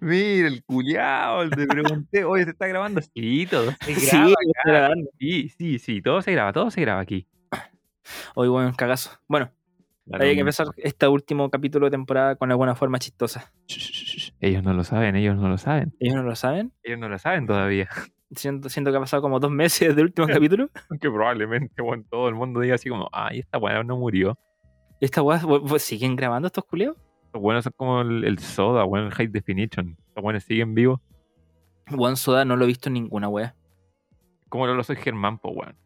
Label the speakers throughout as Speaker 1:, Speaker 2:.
Speaker 1: Mira, el culiao, te pregunté, oye, ¿se está grabando? Sí, pues, todo se graba
Speaker 2: Sí,
Speaker 1: acá. Sí, sí, sí, todo se graba, todo se graba aquí.
Speaker 2: Hoy, bueno, cagazo. Bueno, hay que empezar este último capítulo de temporada con alguna forma chistosa.
Speaker 1: Ellos no lo saben, ellos no lo saben.
Speaker 2: ¿Ellos no lo saben?
Speaker 1: Ellos no lo saben todavía.
Speaker 2: Siento, siento que ha pasado como dos meses desde el último capítulo.
Speaker 1: Aunque probablemente, bueno, todo el mundo diga así como, ay, esta weá no murió.
Speaker 2: ¿Esta weá we- we- siguen grabando estos culeos?
Speaker 1: Los buenos son como el, el Soda, bueno, el High Definition. Los buenos siguen vivos.
Speaker 2: One Soda no lo he visto en ninguna weá.
Speaker 1: Como lo soy Germán, po, weón.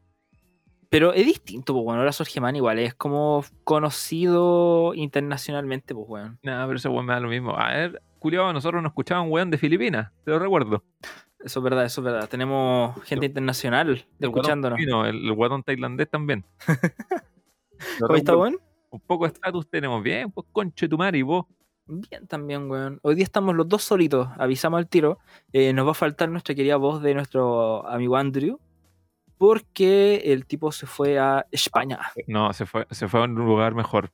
Speaker 2: Pero es distinto, pues bueno, ahora Sor Germán igual es como conocido internacionalmente, pues weón.
Speaker 1: Nada, pero ese weón me da lo mismo. A ver, culiao, nosotros nos escuchaban weón de Filipinas, te lo recuerdo.
Speaker 2: Eso es verdad, eso es verdad. Tenemos gente internacional
Speaker 1: El guatón
Speaker 2: escuchándonos.
Speaker 1: filipino, el, el guatón tailandés también. Lo
Speaker 2: ¿Cómo está,
Speaker 1: recuerdo.
Speaker 2: weón?
Speaker 1: un poco de estatus tenemos bien, pues conche tu madre, vos.
Speaker 2: Bien también, weón. Hoy día estamos los dos solitos, avisamos al tiro. Eh, nos va a faltar nuestra querida voz de nuestro amigo Andrew, porque el tipo se fue a España.
Speaker 1: No, se fue, se fue a un lugar mejor.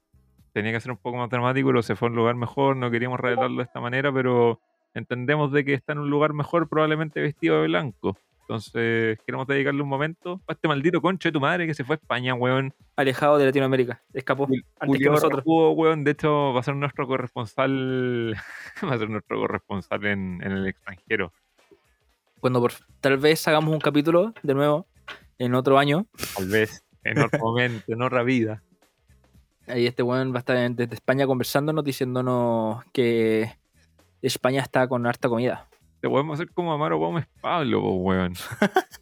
Speaker 1: Tenía que ser un poco más dramático, pero se fue a un lugar mejor, no queríamos revelarlo de esta manera, pero entendemos de que está en un lugar mejor, probablemente vestido de blanco. Entonces, queremos dedicarle un momento a este maldito conche tu madre que se fue a España, weón.
Speaker 2: Alejado de Latinoamérica. Escapó
Speaker 1: Jul-
Speaker 2: antes que
Speaker 1: Julio
Speaker 2: nosotros.
Speaker 1: Rapudo, weón. De hecho, va a ser nuestro corresponsal, va a ser nuestro corresponsal en, en el extranjero.
Speaker 2: Cuando por, tal vez hagamos un capítulo de nuevo en otro año.
Speaker 1: Tal vez, en otro momento, en otra vida.
Speaker 2: Ahí este weón va a estar en- desde España conversándonos, diciéndonos que España está con harta comida.
Speaker 1: Te podemos hacer como Amaro Gómez Pablo, po, weón.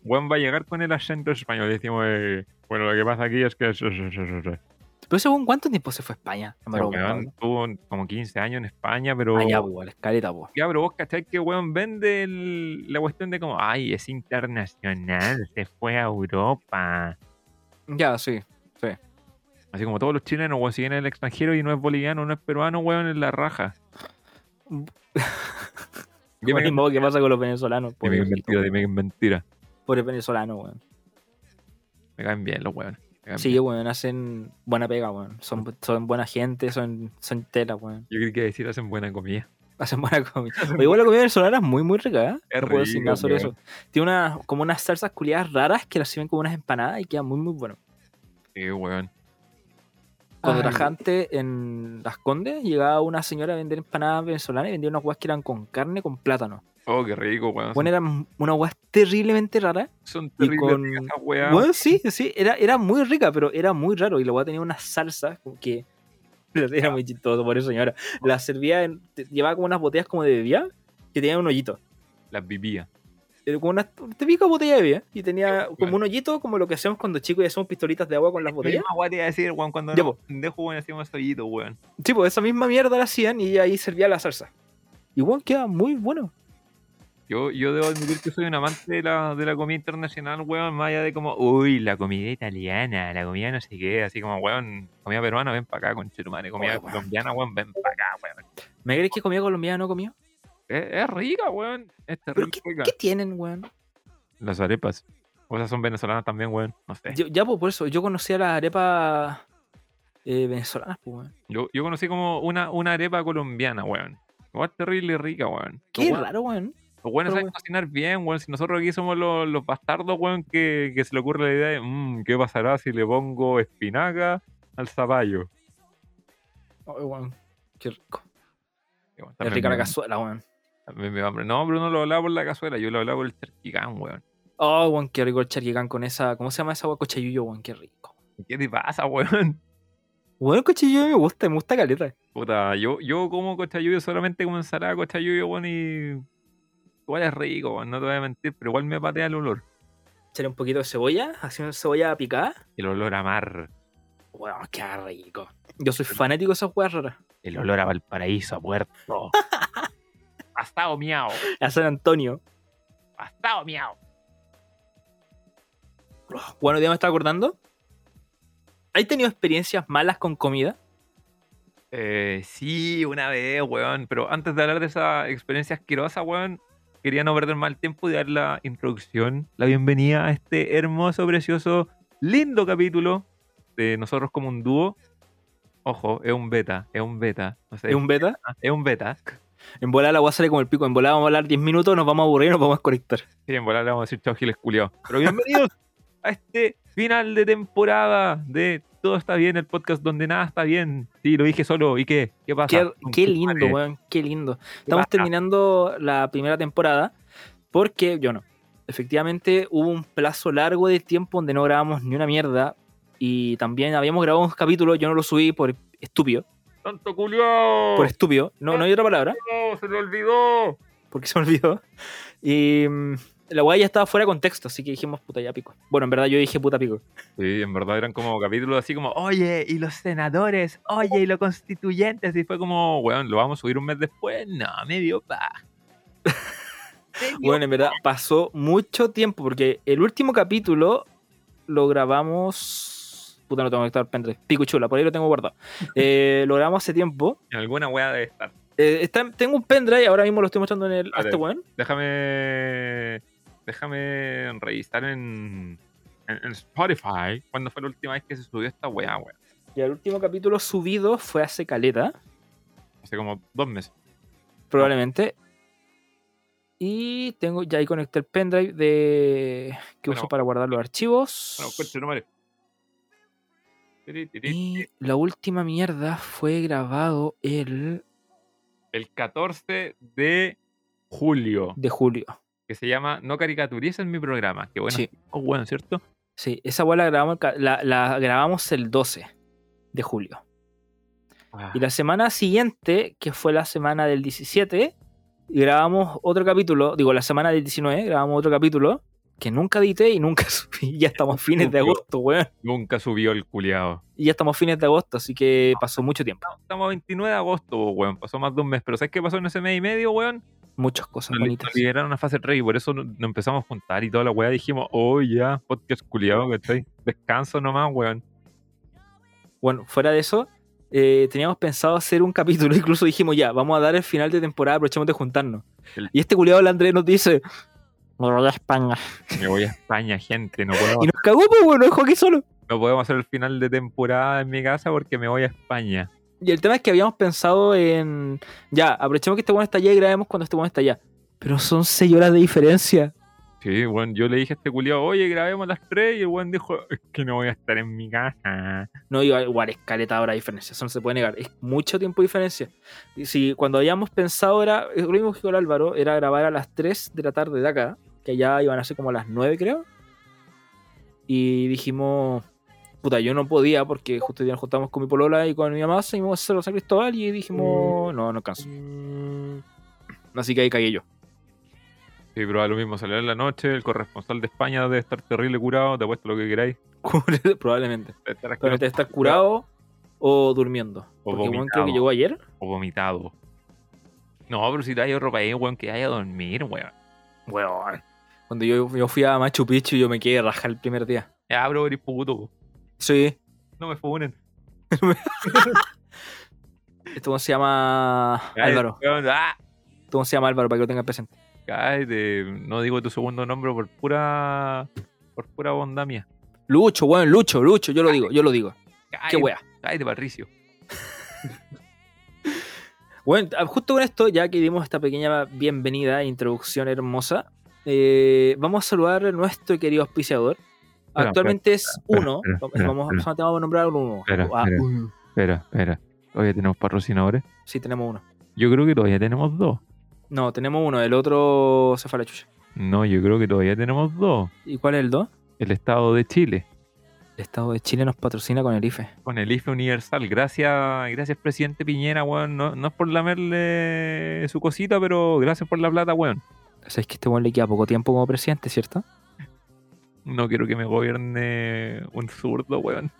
Speaker 1: weón va a llegar con el acento español. y Decimos, eh, bueno, lo que pasa aquí es que. es- es- es- es- es".
Speaker 2: Pero según cuánto tiempo se fue a España. No me
Speaker 1: Pero,
Speaker 2: lo
Speaker 1: weón tuvo como 15 años en España, pero.
Speaker 2: Ah, ya, pues, la escaleta, pues.
Speaker 1: Ya, pero vos cachai que weón vende el- la cuestión de como, ay, es internacional, se fue a Europa.
Speaker 2: Ya, sí.
Speaker 1: Así como todos los chilenos, weón, si viene el extranjero y no es boliviano, no es peruano, weón, es la raja.
Speaker 2: Lo
Speaker 1: Dime que es
Speaker 2: mismo que pasa con los venezolanos.
Speaker 1: dime que es
Speaker 2: pobrecito,
Speaker 1: mentira, dime que es mentira.
Speaker 2: Pobre venezolano, weón.
Speaker 1: Me caen bien los weones. me caen
Speaker 2: Sí,
Speaker 1: bien.
Speaker 2: weón, hacen buena pega, weón. Son, son buena gente, son, son tela, weón.
Speaker 1: Yo creí que decir hacen buena comida.
Speaker 2: Hacen buena comida. O igual la comida venezolana es muy, muy rica, ¿eh?
Speaker 1: Es
Speaker 2: no puedo decir
Speaker 1: rica,
Speaker 2: nada sobre
Speaker 1: weón.
Speaker 2: eso. Tiene una, como unas salsas culiadas raras que las sirven como unas empanadas y quedan muy, muy bueno.
Speaker 1: Sí, weón.
Speaker 2: Cuando
Speaker 1: Ay.
Speaker 2: trabajante en Las Condes, llegaba una señora a vender empanadas venezolanas y vendía unas guas que eran con carne, con plátano.
Speaker 1: Oh, qué rico, weón.
Speaker 2: Bueno, eran unas guas terriblemente raras.
Speaker 1: Son
Speaker 2: y
Speaker 1: terribles
Speaker 2: con-
Speaker 1: ricas esas weas.
Speaker 2: Bueno, sí, sí, era, era muy rica, pero era muy raro. Y la weá tenía una salsa como que era muy chistoso, por eso, señora. La servía, en- te- llevaba como unas botellas como de bebida que tenían un hoyito.
Speaker 1: Las vivía.
Speaker 2: Era como una típica botella de bebida y tenía como un hoyito, como lo que hacemos cuando chicos y hacemos pistolitas de agua con las botellas.
Speaker 1: weón te iba a decir, weón, cuando
Speaker 2: Ya,
Speaker 1: era
Speaker 2: po.
Speaker 1: pendejo, weón, hacíamos sollito, weón.
Speaker 2: Sí, pues esa misma mierda la hacían y ahí servía la salsa. Y bueno, queda muy bueno.
Speaker 1: Yo, yo debo admitir que soy un amante de la, de la comida internacional, weón, más allá de como, uy, la comida italiana, la comida no sé qué, así como, weón, comida peruana, ven para acá, con madre, comida
Speaker 2: Oh, weón.
Speaker 1: colombiana, weón, ven para acá, weón.
Speaker 2: ¿Me crees que comía colombiana no comió?
Speaker 1: Es, es rica, weón, es
Speaker 2: ¿Pero
Speaker 1: terrible
Speaker 2: qué,
Speaker 1: rica.
Speaker 2: qué tienen, weón?
Speaker 1: Las arepas, o sea, son venezolanas también, weón, no sé.
Speaker 2: Yo- ya, pues por eso, yo conocía las arepas eh, venezolanas, pues, weón.
Speaker 1: Yo, yo conocí como una, una arepa colombiana, weón. Igual terrible rica, weón.
Speaker 2: Qué
Speaker 1: Weón,
Speaker 2: raro, weón.
Speaker 1: Los buenos
Speaker 2: Pero,
Speaker 1: saben
Speaker 2: weón.
Speaker 1: cocinar bien, weón. Si nosotros aquí somos los, los bastardos, weón, que, que se le ocurre la idea de, mmm, ¿qué pasará si le pongo espinaca al zapallo?
Speaker 2: Ay, Oh, weón. Qué rico.
Speaker 1: Y bueno,
Speaker 2: Es
Speaker 1: también
Speaker 2: rica
Speaker 1: me-
Speaker 2: la cazuela, weón.
Speaker 1: también me da hambre. No, pero no lo hablaba por la cazuela, yo lo hablaba por el terquicán, weón.
Speaker 2: Oh, weón, qué rico el charquicán con esa. ¿Cómo se llama esa agua cochayuyo, weón? Qué rico.
Speaker 1: ¿Qué te pasa, weón?
Speaker 2: Weón, el cochayuyo me gusta, me gusta caleta.
Speaker 1: Puta, yo, yo como cochayuyo solamente como ensalada cochayuyo, weón, y... Igual es rico, weón, no te voy a mentir, pero igual me patea el olor.
Speaker 2: Echar un poquito de cebolla, así una cebolla picada.
Speaker 1: El olor a mar,
Speaker 2: Weón, qué rico. Yo soy fanático de esas weas raras.
Speaker 1: el olor a Valparaíso, a puerto. Pasado miau,
Speaker 2: A San Antonio.
Speaker 1: pasado miau.
Speaker 2: Oh, Bueno, ya me estaba acordando. ¿Has tenido experiencias malas con comida?
Speaker 1: Eh, sí, una vez, weón. Pero antes de hablar de esa experiencia asquerosa, weón, quería no perder mal tiempo y dar la introducción, la bienvenida a este hermoso, precioso, lindo capítulo de nosotros como un dúo. Ojo, es un beta, es un beta. No sé,
Speaker 2: ¿Es un beta?
Speaker 1: es un beta.
Speaker 2: En volar la agua sale como el pico. En volar vamos a hablar 10 minutos, nos vamos a aburrir y nos vamos a desconectar.
Speaker 1: Sí, en volar le vamos a decir chao Giles culiao. Pero bienvenidos a este final de temporada de Todo está bien, el podcast donde nada está bien. Sí, lo dije solo. ¿Y qué? ¿Qué pasa?
Speaker 2: Qué,
Speaker 1: Compadre,
Speaker 2: qué lindo, weón, qué lindo. Estamos
Speaker 1: pasa?
Speaker 2: terminando la primera temporada porque, yo no, efectivamente hubo un plazo largo de tiempo donde no grabamos ni una mierda y también habíamos grabado unos capítulos, yo no los subí por estúpido,
Speaker 1: ¡Tanto culiao!
Speaker 2: por este- estúpido, no, no hay otra palabra,
Speaker 1: No, ¡Se lo olvidó!
Speaker 2: porque se me olvidó. Y mm, la weá ya estaba fuera de contexto, así que dijimos puta ya pico. Bueno, en verdad yo dije puta pico.
Speaker 1: Sí, en verdad eran como capítulos así como, oye, y los senadores, oye, y los constituyentes. Y fue como, weón, ¿lo vamos a subir un mes después? No, medio pa. Medio
Speaker 2: Bueno, en verdad pasó mucho tiempo porque el último capítulo lo grabamos. Puta, no tengo conectado el pendrive. Pico chula, por ahí lo tengo guardado. Eh, lo grabamos hace tiempo.
Speaker 1: En alguna weá debe estar.
Speaker 2: Eh, está en- tengo un pendrive, ahora mismo lo estoy mostrando en el. a
Speaker 1: Vale.
Speaker 2: este weón.
Speaker 1: Déjame. Déjame revisar en, en, en Spotify cuándo fue la última vez que se subió esta weá, weón.
Speaker 2: Y el último capítulo subido fue hace caleta,
Speaker 1: Hace como dos meses.
Speaker 2: probablemente. Y tengo. Ya ahí conecté el pendrive de. que
Speaker 1: Bueno.
Speaker 2: uso para guardar los archivos.
Speaker 1: Bueno, coche, no madre.
Speaker 2: y la última mierda fue grabado el
Speaker 1: El 14 de julio,
Speaker 2: de julio.
Speaker 1: que se llama No caricaturices mi programa. Que bueno,
Speaker 2: Sí.
Speaker 1: oh, bueno, ¿cierto?
Speaker 2: Sí, esa weá la grabamos, el ca- la, la grabamos el 12 de julio.
Speaker 1: Ah,
Speaker 2: Y la semana siguiente, que fue la semana del 17, grabamos otro capítulo. Digo, la semana del 19, grabamos otro capítulo que nunca edité y nunca subí. Ya estamos a fines de agosto, weón.
Speaker 1: Nunca subió el culiado.
Speaker 2: Y ya estamos a fines de agosto, así que pasó mucho tiempo.
Speaker 1: Estamos a 29 de agosto, po, weón. Pasó más de un mes. Pero ¿sabes qué pasó en ese mes y medio, weón?
Speaker 2: Muchas cosas
Speaker 1: Nos li-
Speaker 2: bonitas.
Speaker 1: nos liberaron a fase 3 y por eso no- nos empezamos a juntar y toda la weá dijimos, oh ya, podcast culiado, ¿cachai? Descanso nomás, weón.
Speaker 2: Bueno, fuera de eso, eh, teníamos pensado hacer un capítulo. Incluso dijimos, ya, vamos a dar el final de temporada, aprovechemos de juntarnos.
Speaker 1: El-
Speaker 2: Y este culiado, el Andrés, nos dice, me voy a España.
Speaker 1: Me voy a España, gente. No podemos,
Speaker 2: Y nos cagó, pues, weón, nos dejó aquí solo.
Speaker 1: no podemos hacer el final de temporada en mi casa porque me voy a España.
Speaker 2: Y el tema es que habíamos pensado en. Ya, aprovechemos que este weón está allá y grabemos cuando este weón está allá. Pero son 6 horas de diferencia.
Speaker 1: Sí, weón, yo le dije a este culiado, oye, grabemos a las 3 y el weón dijo, es que no voy a estar en mi casa.
Speaker 2: No, igual, igual es caleta de hora de diferencia, eso no se puede negar. Es mucho tiempo de diferencia. Y si cuando habíamos pensado era. Lo mismo que dijo el Álvaro, era grabar a las 3 de la tarde de acá, que allá iban a ser como a las 9, creo. Y dijimos. Puta, yo no podía porque justo hoy día nos juntamos con mi polola y con mi mamá, seguimos a hacerlo a San Cristóbal y dijimos. No, no canso. Así que ahí cagué yo.
Speaker 1: Sí, pero a lo mismo, salió en la noche, el corresponsal de España debe estar terrible curado, te apuesto lo que queráis.
Speaker 2: Probablemente.
Speaker 1: debe estar
Speaker 2: Pero
Speaker 1: asqueroso,
Speaker 2: te estar curado o durmiendo.
Speaker 1: O
Speaker 2: Porque weón, creo
Speaker 1: vomitado.
Speaker 2: que llegó ayer.
Speaker 1: O vomitado. No, pero si te hay ropa ahí, weón, que vaya a dormir, weón.
Speaker 2: Weón. Cuando yo, yo fui a Machu Picchu, yo me quedé raja el primer día.
Speaker 1: Ya, bro, eres puto. po.
Speaker 2: Sí.
Speaker 1: No me funen.
Speaker 2: Esto cómo este se llama Álvaro.
Speaker 1: Cállate, weón. Ah,
Speaker 2: Esto cómo se llama Álvaro para que lo tengan presente.
Speaker 1: cállate. No digo tu segundo nombre por pura. Por pura bondad mía.
Speaker 2: Lucho, weón, Lucho, Lucho, yo lo digo, yo lo digo. Qué
Speaker 1: Cállate,
Speaker 2: wea.
Speaker 1: Cállate, Patricio.
Speaker 2: Bueno, ah, justo con esto, ya que dimos esta pequeña bienvenida, introducción hermosa, eh, vamos a saludar a nuestro querido auspiciador.
Speaker 1: Espera,
Speaker 2: Actualmente es
Speaker 1: espera,
Speaker 2: uno.
Speaker 1: espera,
Speaker 2: Vamos-
Speaker 1: espera,
Speaker 2: vamos,
Speaker 1: espera.
Speaker 2: solamente vamos a nombrar uno.
Speaker 1: Espera,
Speaker 2: Ah,
Speaker 1: espera.
Speaker 2: uno.
Speaker 1: Espera, espera. Oye, tenemos patrocinadores.
Speaker 2: Sí, tenemos uno.
Speaker 1: Yo creo que todavía tenemos dos.
Speaker 2: No, tenemos uno, el otro se fue a la chucha.
Speaker 1: No, yo creo que todavía tenemos dos.
Speaker 2: ¿Y cuál es el 2?
Speaker 1: El Estado de Chile.
Speaker 2: El Estado de Chile nos patrocina con el E. IFE.
Speaker 1: Con el IFE Universal. Gracias, gracias, presidente Piñera, weón. No, no es por lamerle su cosita, pero gracias por la plata, weón.
Speaker 2: Sabéis que este buen le queda poco tiempo como presidente, ¿cierto?
Speaker 1: No quiero que me gobierne un zurdo, weón.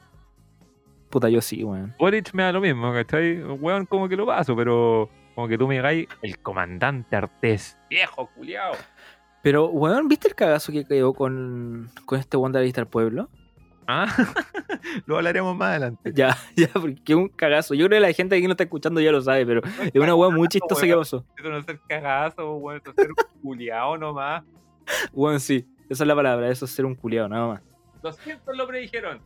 Speaker 2: Puta, yo sí, weón.
Speaker 1: Boric me da lo mismo, ¿cachai? Weón, como que lo paso, pero como que tú me digáis, el comandante Artés, viejo culiao.
Speaker 2: Pero, weón, ¿viste el cagazo que quedó con, con este weón de la lista del pueblo?
Speaker 1: Ah, lo hablaremos más adelante.
Speaker 2: Ya, ya, porque un cagazo. Yo creo que la gente que no está escuchando ya lo sabe, pero es una weón muy chistosa que pasó.
Speaker 1: Eso no es ser cagazo, weón, eso es ser culiao nomás.
Speaker 2: Weón, sí. Esa es la palabra, eso es ser un culiado, nada más.
Speaker 1: 200 lo predijeron.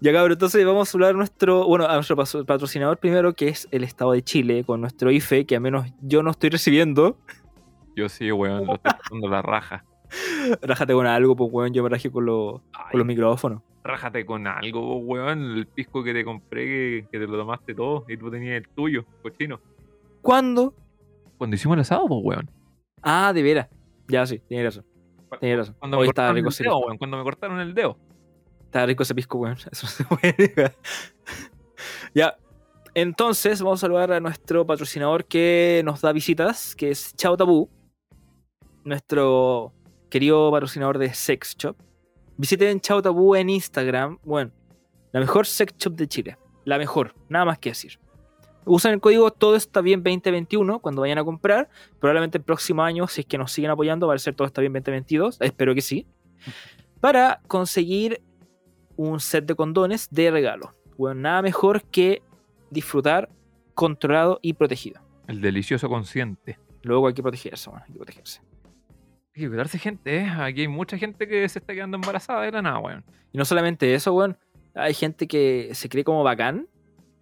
Speaker 2: Ya cabrón, entonces vamos a hablar nuestro, bueno, a nuestro paso- patrocinador primero, que es el Estado de Chile, con nuestro IFE, que al menos yo no estoy recibiendo.
Speaker 1: Yo sí, weón, lo estoy pasando la raja.
Speaker 2: Rájate con algo, pues weón, yo me rajé con, los-
Speaker 1: Ay,
Speaker 2: con los micrófonos.
Speaker 1: rájate con algo, vos, weón. El pisco que te compré, que, que te lo tomaste todo y tú tenías el tuyo, cochino.
Speaker 2: ¿Cuándo?
Speaker 1: Cuando hicimos el asado, pues, weón.
Speaker 2: Ah, de veras. Ya sí, tienes razón. Tienes razón.
Speaker 1: Cuando me,
Speaker 2: Hoy estaba
Speaker 1: cortaron
Speaker 2: rico
Speaker 1: el
Speaker 2: ese
Speaker 1: dedo,
Speaker 2: pisco.
Speaker 1: weón, cuando me cortaron el dedo.
Speaker 2: Estaba rico ese pisco, weón. Eso no se puede negar. ya. Entonces, vamos a saludar a nuestro patrocinador que nos da visitas, que es Chao Tabú. Nuestro querido patrocinador de Sex Shop. Visiten Chao Tabú en Instagram. Bueno, la mejor sex shop de Chile. La mejor, nada más que decir. Usan el código Todo está bien 2021 cuando vayan a comprar. Probablemente el próximo año, si es que nos siguen apoyando, va a ser Todo está bien 2022. Espero que sí. Para conseguir un set de condones de regalo. Bueno, nada mejor que disfrutar controlado y protegido.
Speaker 1: El delicioso consciente.
Speaker 2: Luego hay que protegerse, bueno, hay que protegerse.
Speaker 1: Hay que cuidarse, gente, ¿eh? Aquí hay mucha gente que se está quedando embarazada de la nada, weón.
Speaker 2: Y no solamente eso, weón. Hay gente que se cree como bacán.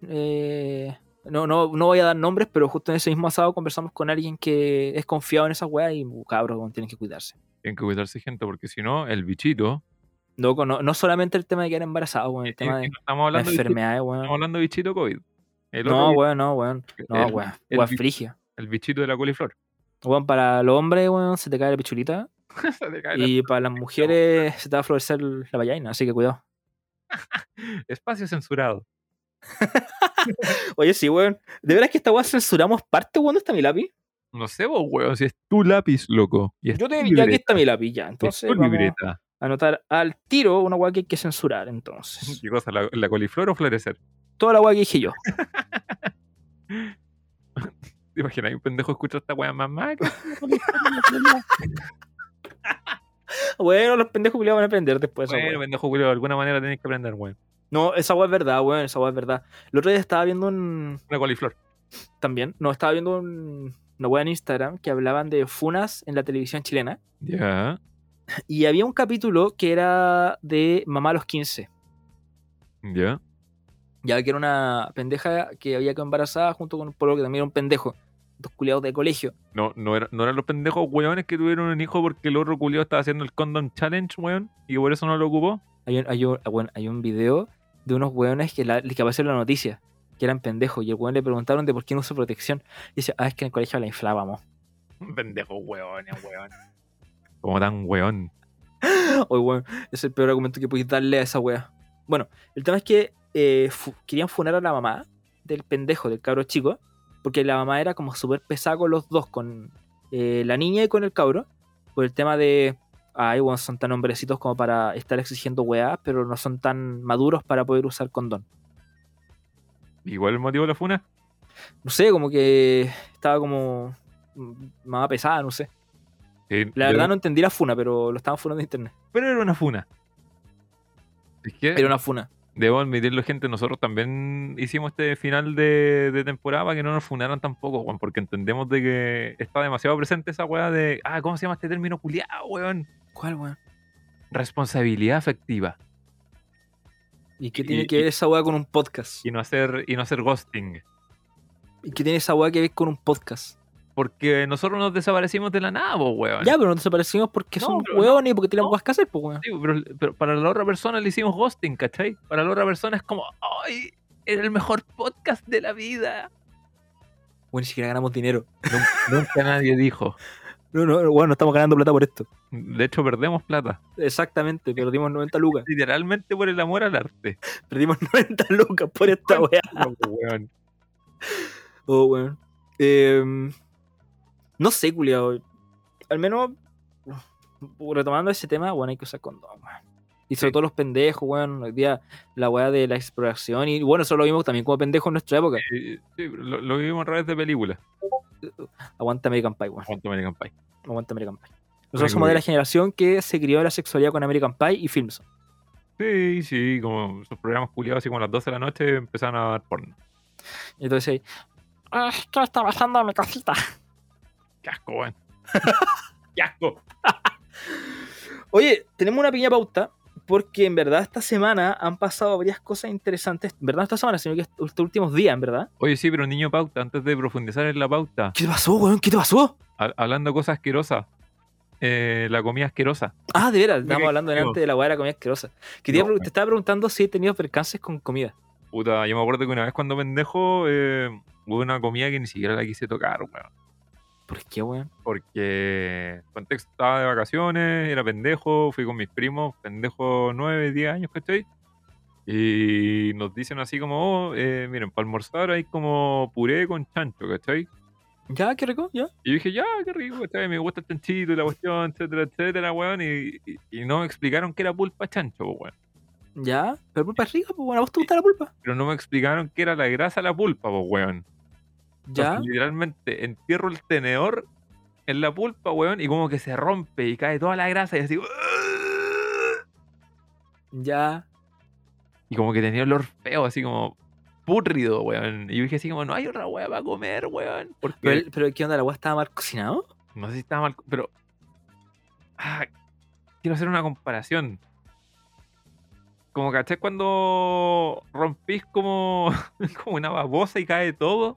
Speaker 2: Eh, no, no, no voy a dar nombres, pero justo en ese mismo asado conversamos con alguien que es confiado en esas weas y uh, cabros, weón, tienen que cuidarse.
Speaker 1: Tienen que cuidarse, gente, porque si no, el bichito.
Speaker 2: Loco, no, no solamente el tema de quedar embarazado, weón, el
Speaker 1: Eh,
Speaker 2: tema
Speaker 1: eh,
Speaker 2: de
Speaker 1: no estamos
Speaker 2: las
Speaker 1: hablando de bichito,
Speaker 2: enfermedades,
Speaker 1: estamos
Speaker 2: weón.
Speaker 1: hablando de bichito COVID. El
Speaker 2: No,
Speaker 1: otro bichito,
Speaker 2: weón, no, weón. No,
Speaker 1: el-
Speaker 2: weón.
Speaker 1: el
Speaker 2: Weón
Speaker 1: bicho-
Speaker 2: frigia.
Speaker 1: El bichito de la coliflor.
Speaker 2: Weón, para los hombres, weón, se te cae la pichulita.
Speaker 1: Se te cae la-
Speaker 2: Y para las mujeres se te va a florecer la vallaina, así que cuidado.
Speaker 1: Espacio censurado.
Speaker 2: Oye, sí, weón. ¿De veras que esta weá censuramos parte, weón? ¿Dónde está mi lápiz?
Speaker 1: No sé vos, weón, si es tu lápiz, loco. Y es
Speaker 2: Yo te
Speaker 1: tu
Speaker 2: ya aquí
Speaker 1: libreta,
Speaker 2: está mi lápiz, ya.
Speaker 1: y es
Speaker 2: Entonces
Speaker 1: tu
Speaker 2: vamos
Speaker 1: libreta.
Speaker 2: a anotar al tiro una weá que hay que censurar, entonces.
Speaker 1: ¿Qué cosa? ¿La, la coliflor o florecer?
Speaker 2: Toda la weá que dije yo.
Speaker 1: ¿Te imaginas? Un pendejo escucha esta weá, mamá.
Speaker 2: Bueno, los pendejos que van a aprender después. esa
Speaker 1: Bueno,
Speaker 2: weá.
Speaker 1: pendejo, culiao, de alguna manera tenés que aprender, weón.
Speaker 2: No, esa weá es verdad, weón, esa weá es verdad. El otro día estaba viendo un...
Speaker 1: Una coliflor.
Speaker 2: También, no, estaba viendo un... una weá en Instagram que hablaban de funas en la televisión chilena.
Speaker 1: Ya.
Speaker 2: Y había un capítulo que era de Mamá a los 15.
Speaker 1: Ya.
Speaker 2: Ya que era una pendeja que había quedado embarazada junto con un pueblo que también era un pendejo. Dos culiados de colegio.
Speaker 1: No, no, era, no eran los pendejos weones que tuvieron un hijo porque el otro culiao estaba haciendo el condom challenge, weón. Y por eso no lo ocupó.
Speaker 2: Hay un, hay un, ah, bueno, hay un video de unos hueones que, la, que apareció en la noticia, que eran pendejos. Y el hueón le preguntaron de por qué no usó protección. Y dice, ah, es que en el colegio la inflábamos.
Speaker 1: Pendejo weones, weón. Como tan weón.
Speaker 2: Oye, hueón, es el peor argumento que podéis darle a esa wea. Bueno, el tema es que eh, fu- querían funar a la mamá del pendejo, del cabro chico, porque la mamá era como súper pesada con los dos, con eh, la niña y con el cabro, por el tema de, ay, bueno, son tan hombrecitos como para estar exigiendo weas, pero no son tan maduros para poder usar condón.
Speaker 1: Igual el motivo de la funa.
Speaker 2: No sé, como que estaba como mm, mamá pesada, no sé.
Speaker 1: Eh,
Speaker 2: La
Speaker 1: yo-
Speaker 2: verdad no entendí la funa, pero lo estaban funando en internet.
Speaker 1: Pero era una funa. Es que
Speaker 2: Era una funa.
Speaker 1: Debo admitirlo, gente, nosotros también hicimos este final de, de temporada para que no nos funaran tampoco, weón, porque entendemos de que está demasiado presente esa weá de, ah, ¿cómo se llama este término culiado, weón?
Speaker 2: ¿Cuál, weón?
Speaker 1: Responsabilidad afectiva
Speaker 2: ¿Y qué
Speaker 1: Y-
Speaker 2: tiene
Speaker 1: y-
Speaker 2: que ver esa wea con un podcast?
Speaker 1: y no hacer, y no hacer ghosting.
Speaker 2: ¿Y qué tiene esa weá que ver con un podcast?
Speaker 1: Porque nosotros nos desaparecimos de la nada, po, weón.
Speaker 2: Ya, pero nos desaparecimos porque
Speaker 1: No,
Speaker 2: somos
Speaker 1: pero no,
Speaker 2: weones y porque tenemos
Speaker 1: no.
Speaker 2: weas que hacer, pues weón.
Speaker 1: Sí, pero, pero para la otra persona le hicimos ghosting, ¿cachai? Para la otra persona es como, ¡ay! Era el mejor podcast de la vida.
Speaker 2: Bueno, ni siquiera ganamos dinero.
Speaker 1: Nun- Nunca nadie dijo.
Speaker 2: No, no, no, weón, no estamos ganando plata por esto.
Speaker 1: De hecho, perdemos plata.
Speaker 2: Exactamente, perdimos 90 lucas.
Speaker 1: Literalmente por el amor al arte.
Speaker 2: Perdimos 90 lucas por esta wea.
Speaker 1: No, pues, weón.
Speaker 2: Oh, weón. Eh, no sé, culiao. Al menos, uh, retomando ese tema, bueno, hay que usar condón, weón. Y sobre
Speaker 1: Sí.
Speaker 2: todo los pendejos, weón. Hoy día la weá de la exploración. Y bueno, eso lo vimos también como pendejos en nuestra época.
Speaker 1: Eh, sí, lo, lo vivimos a través de películas.
Speaker 2: Aguanta American Pie, weón.
Speaker 1: Cuanto American Pie.
Speaker 2: Aguanta American Pie.
Speaker 1: American
Speaker 2: Nosotros somos de la
Speaker 1: Pie.
Speaker 2: generación que se crió la sexualidad con American Pie y Filmson.
Speaker 1: Sí, sí, como esos programas culiados así como a las 12 de la noche empezaron a dar porno.
Speaker 2: Y entonces ahí, "Ah, ¿qué está pasando en mi casita?
Speaker 1: Qué asco, weón. Qué asco.
Speaker 2: Oye, tenemos una pequeña pauta porque en verdad esta semana han pasado varias cosas interesantes. En verdad, no esta semana, sino que estos últimos días, en verdad.
Speaker 1: Oye, sí, pero niño pauta, antes de profundizar en la pauta,
Speaker 2: ¿Qué te pasó, weón? ¿Qué te pasó?
Speaker 1: ha- hablando de cosas asquerosas, eh, la comida asquerosa.
Speaker 2: Ah, de veras,
Speaker 1: que-
Speaker 2: estábamos hablando delante de la weá de la comida asquerosa. Quería
Speaker 1: No,
Speaker 2: pre-
Speaker 1: weón.
Speaker 2: te estaba preguntando si he tenido percances con comida.
Speaker 1: Puta, yo me acuerdo que una vez cuando pendejo eh, hubo una comida que ni siquiera la quise tocar, weón.
Speaker 2: ¿Por qué, weón?
Speaker 1: Porque contexto estaba de vacaciones, era pendejo, fui con mis primos, pendejo 9, 10 años que estoy. Y nos dicen así como, oh, eh, miren, para almorzar hay como puré con chancho, ¿cachai?
Speaker 2: Ya, qué rico, ya.
Speaker 1: Y yo dije, ya, qué rico, ¿cachai? me gusta el chanchito y la cuestión, etcétera, etcétera, weón. Y, y, y no me explicaron que era pulpa chancho, po, weón.
Speaker 2: Ya, pero pulpa es rica, pues bueno, ¿a vos te gusta la pulpa?
Speaker 1: Pero no me explicaron que era la grasa la pulpa, po, weón.
Speaker 2: Ya.
Speaker 1: Entonces, literalmente entierro el tenedor en la pulpa, weón, y como que se rompe y cae toda la grasa y así. ¡uh! "Uah".
Speaker 2: Ya.
Speaker 1: Y como que tenía olor feo, así como púrrido, weón. Y yo dije así como, no hay otra weá para comer, weón. Porque
Speaker 2: Pero, el- pero ¿qué onda? ¿La weá estaba mal cocinado?
Speaker 1: no sé si estaba mal, co- pero. Ah, quiero hacer una comparación. Como caché cuando rompís como, como una babosa y cae todo.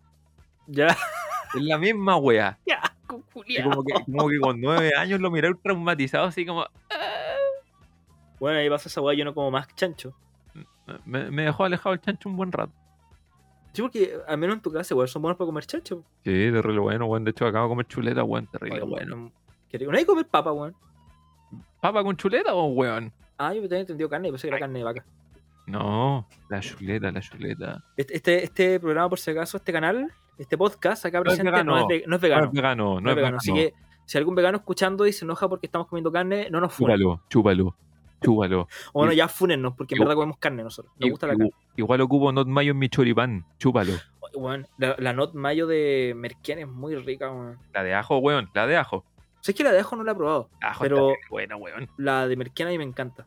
Speaker 2: Ya.
Speaker 1: Es la misma weá.
Speaker 2: Ya, con
Speaker 1: Y
Speaker 2: Julián.
Speaker 1: como que, como que con nueve años lo miré traumatizado, así como.
Speaker 2: Bueno, ahí pasa esa weá, yo no como más chancho.
Speaker 1: Me, me dejó alejado el chancho un buen rato.
Speaker 2: Sí, porque al menos en tu casa, weón, son buenos para comer chancho.
Speaker 1: Sí, terrible bueno, weón. De hecho, acabo de comer chuleta, weón. Terrible
Speaker 2: Oye,
Speaker 1: bueno.
Speaker 2: Qué rico. No hay que comer papa, weón.
Speaker 1: ¿Papa con chuleta o weón?
Speaker 2: Ah, yo tenía entendido carne, pensé que era carne de vaca.
Speaker 1: No, la chuleta, la chuleta.
Speaker 2: Este, este, este programa, por si acaso, este canal, este podcast acá
Speaker 1: No es
Speaker 2: presente no
Speaker 1: vegano.
Speaker 2: es, ve- no es
Speaker 1: No
Speaker 2: vegano.
Speaker 1: es vegano, no, es vegano.
Speaker 2: Así que si algún vegano escuchando y se enoja porque estamos comiendo carne, no nos funen.
Speaker 1: Chúpalo, chúpalo, chúpalo.
Speaker 2: O bueno, ya funennos, porque en
Speaker 1: Igu-
Speaker 2: verdad comemos carne nosotros. Nos
Speaker 1: Igu-
Speaker 2: gusta la carne.
Speaker 1: igu- Igual ocupo not mayo en mi choripán, chúpalo.
Speaker 2: Weón, la, la not mayo de Merquén es muy rica, weón.
Speaker 1: La de ajo, weón, la de ajo.
Speaker 2: O sea, es que la de ajo no la he probado.
Speaker 1: Ajo
Speaker 2: Pero-
Speaker 1: está buena, weón.
Speaker 2: La de Merquén a mí me encanta.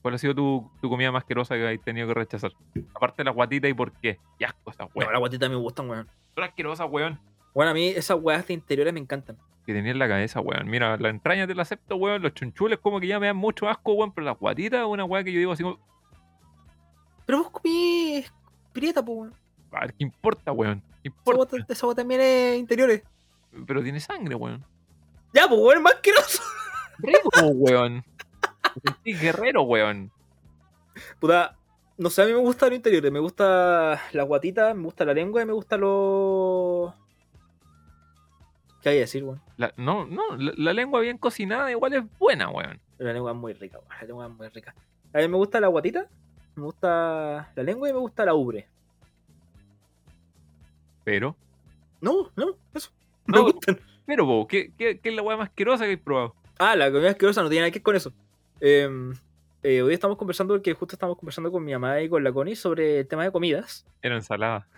Speaker 1: ¿Cuál ha sido tu, tu comida más asquerosa que has tenido que rechazar? Aparte de la guatita y por qué. Qué asco esas
Speaker 2: Bueno,
Speaker 1: weón.
Speaker 2: la guatita me gustan, weón.
Speaker 1: Son asquerosas, weón.
Speaker 2: Bueno, a mí esas weas de interiores me encantan.
Speaker 1: Que tenía en la cabeza, weón. Mira, la entraña te la acepto, weón. Los chunchules como que ya me dan mucho asco, weón. Pero las guatitas es una weá que yo digo así como...
Speaker 2: Pero vos comís prieta, pues, weón.
Speaker 1: A ver, "Ah, ¿qué importa, weón? ¿Qué
Speaker 2: Esa
Speaker 1: importa?
Speaker 2: guata- Esa wea también es interiores.
Speaker 1: Pero tiene sangre, weón.
Speaker 2: Ya, pues, weón, más asqueroso.
Speaker 1: Rico, weón. Me sentí guerrero, weón.
Speaker 2: Puta, no sé, a mí me gusta los interiores. Me gusta las guatitas, me gusta la lengua y me gusta los. ¿Qué hay que decir, weón?
Speaker 1: La- no, no, la, la lengua bien cocinada igual es buena, weón.
Speaker 2: La lengua es muy rica, weón. La lengua es muy rica. A mí me gusta la guatita, me gusta la lengua y me gusta la ubre.
Speaker 1: Pero,
Speaker 2: No, no, eso.
Speaker 1: No.
Speaker 2: Me gustan.
Speaker 1: pero, po, ¿qué, qué, qué es la weá más asquerosa que he probado?
Speaker 2: Ah, la comida asquerosa no tiene nada que ver con eso. Eh, eh, hoy estamos conversando porque justo estamos conversando con mi mamá y con la Connie sobre el tema de comidas.
Speaker 1: Era ensalada.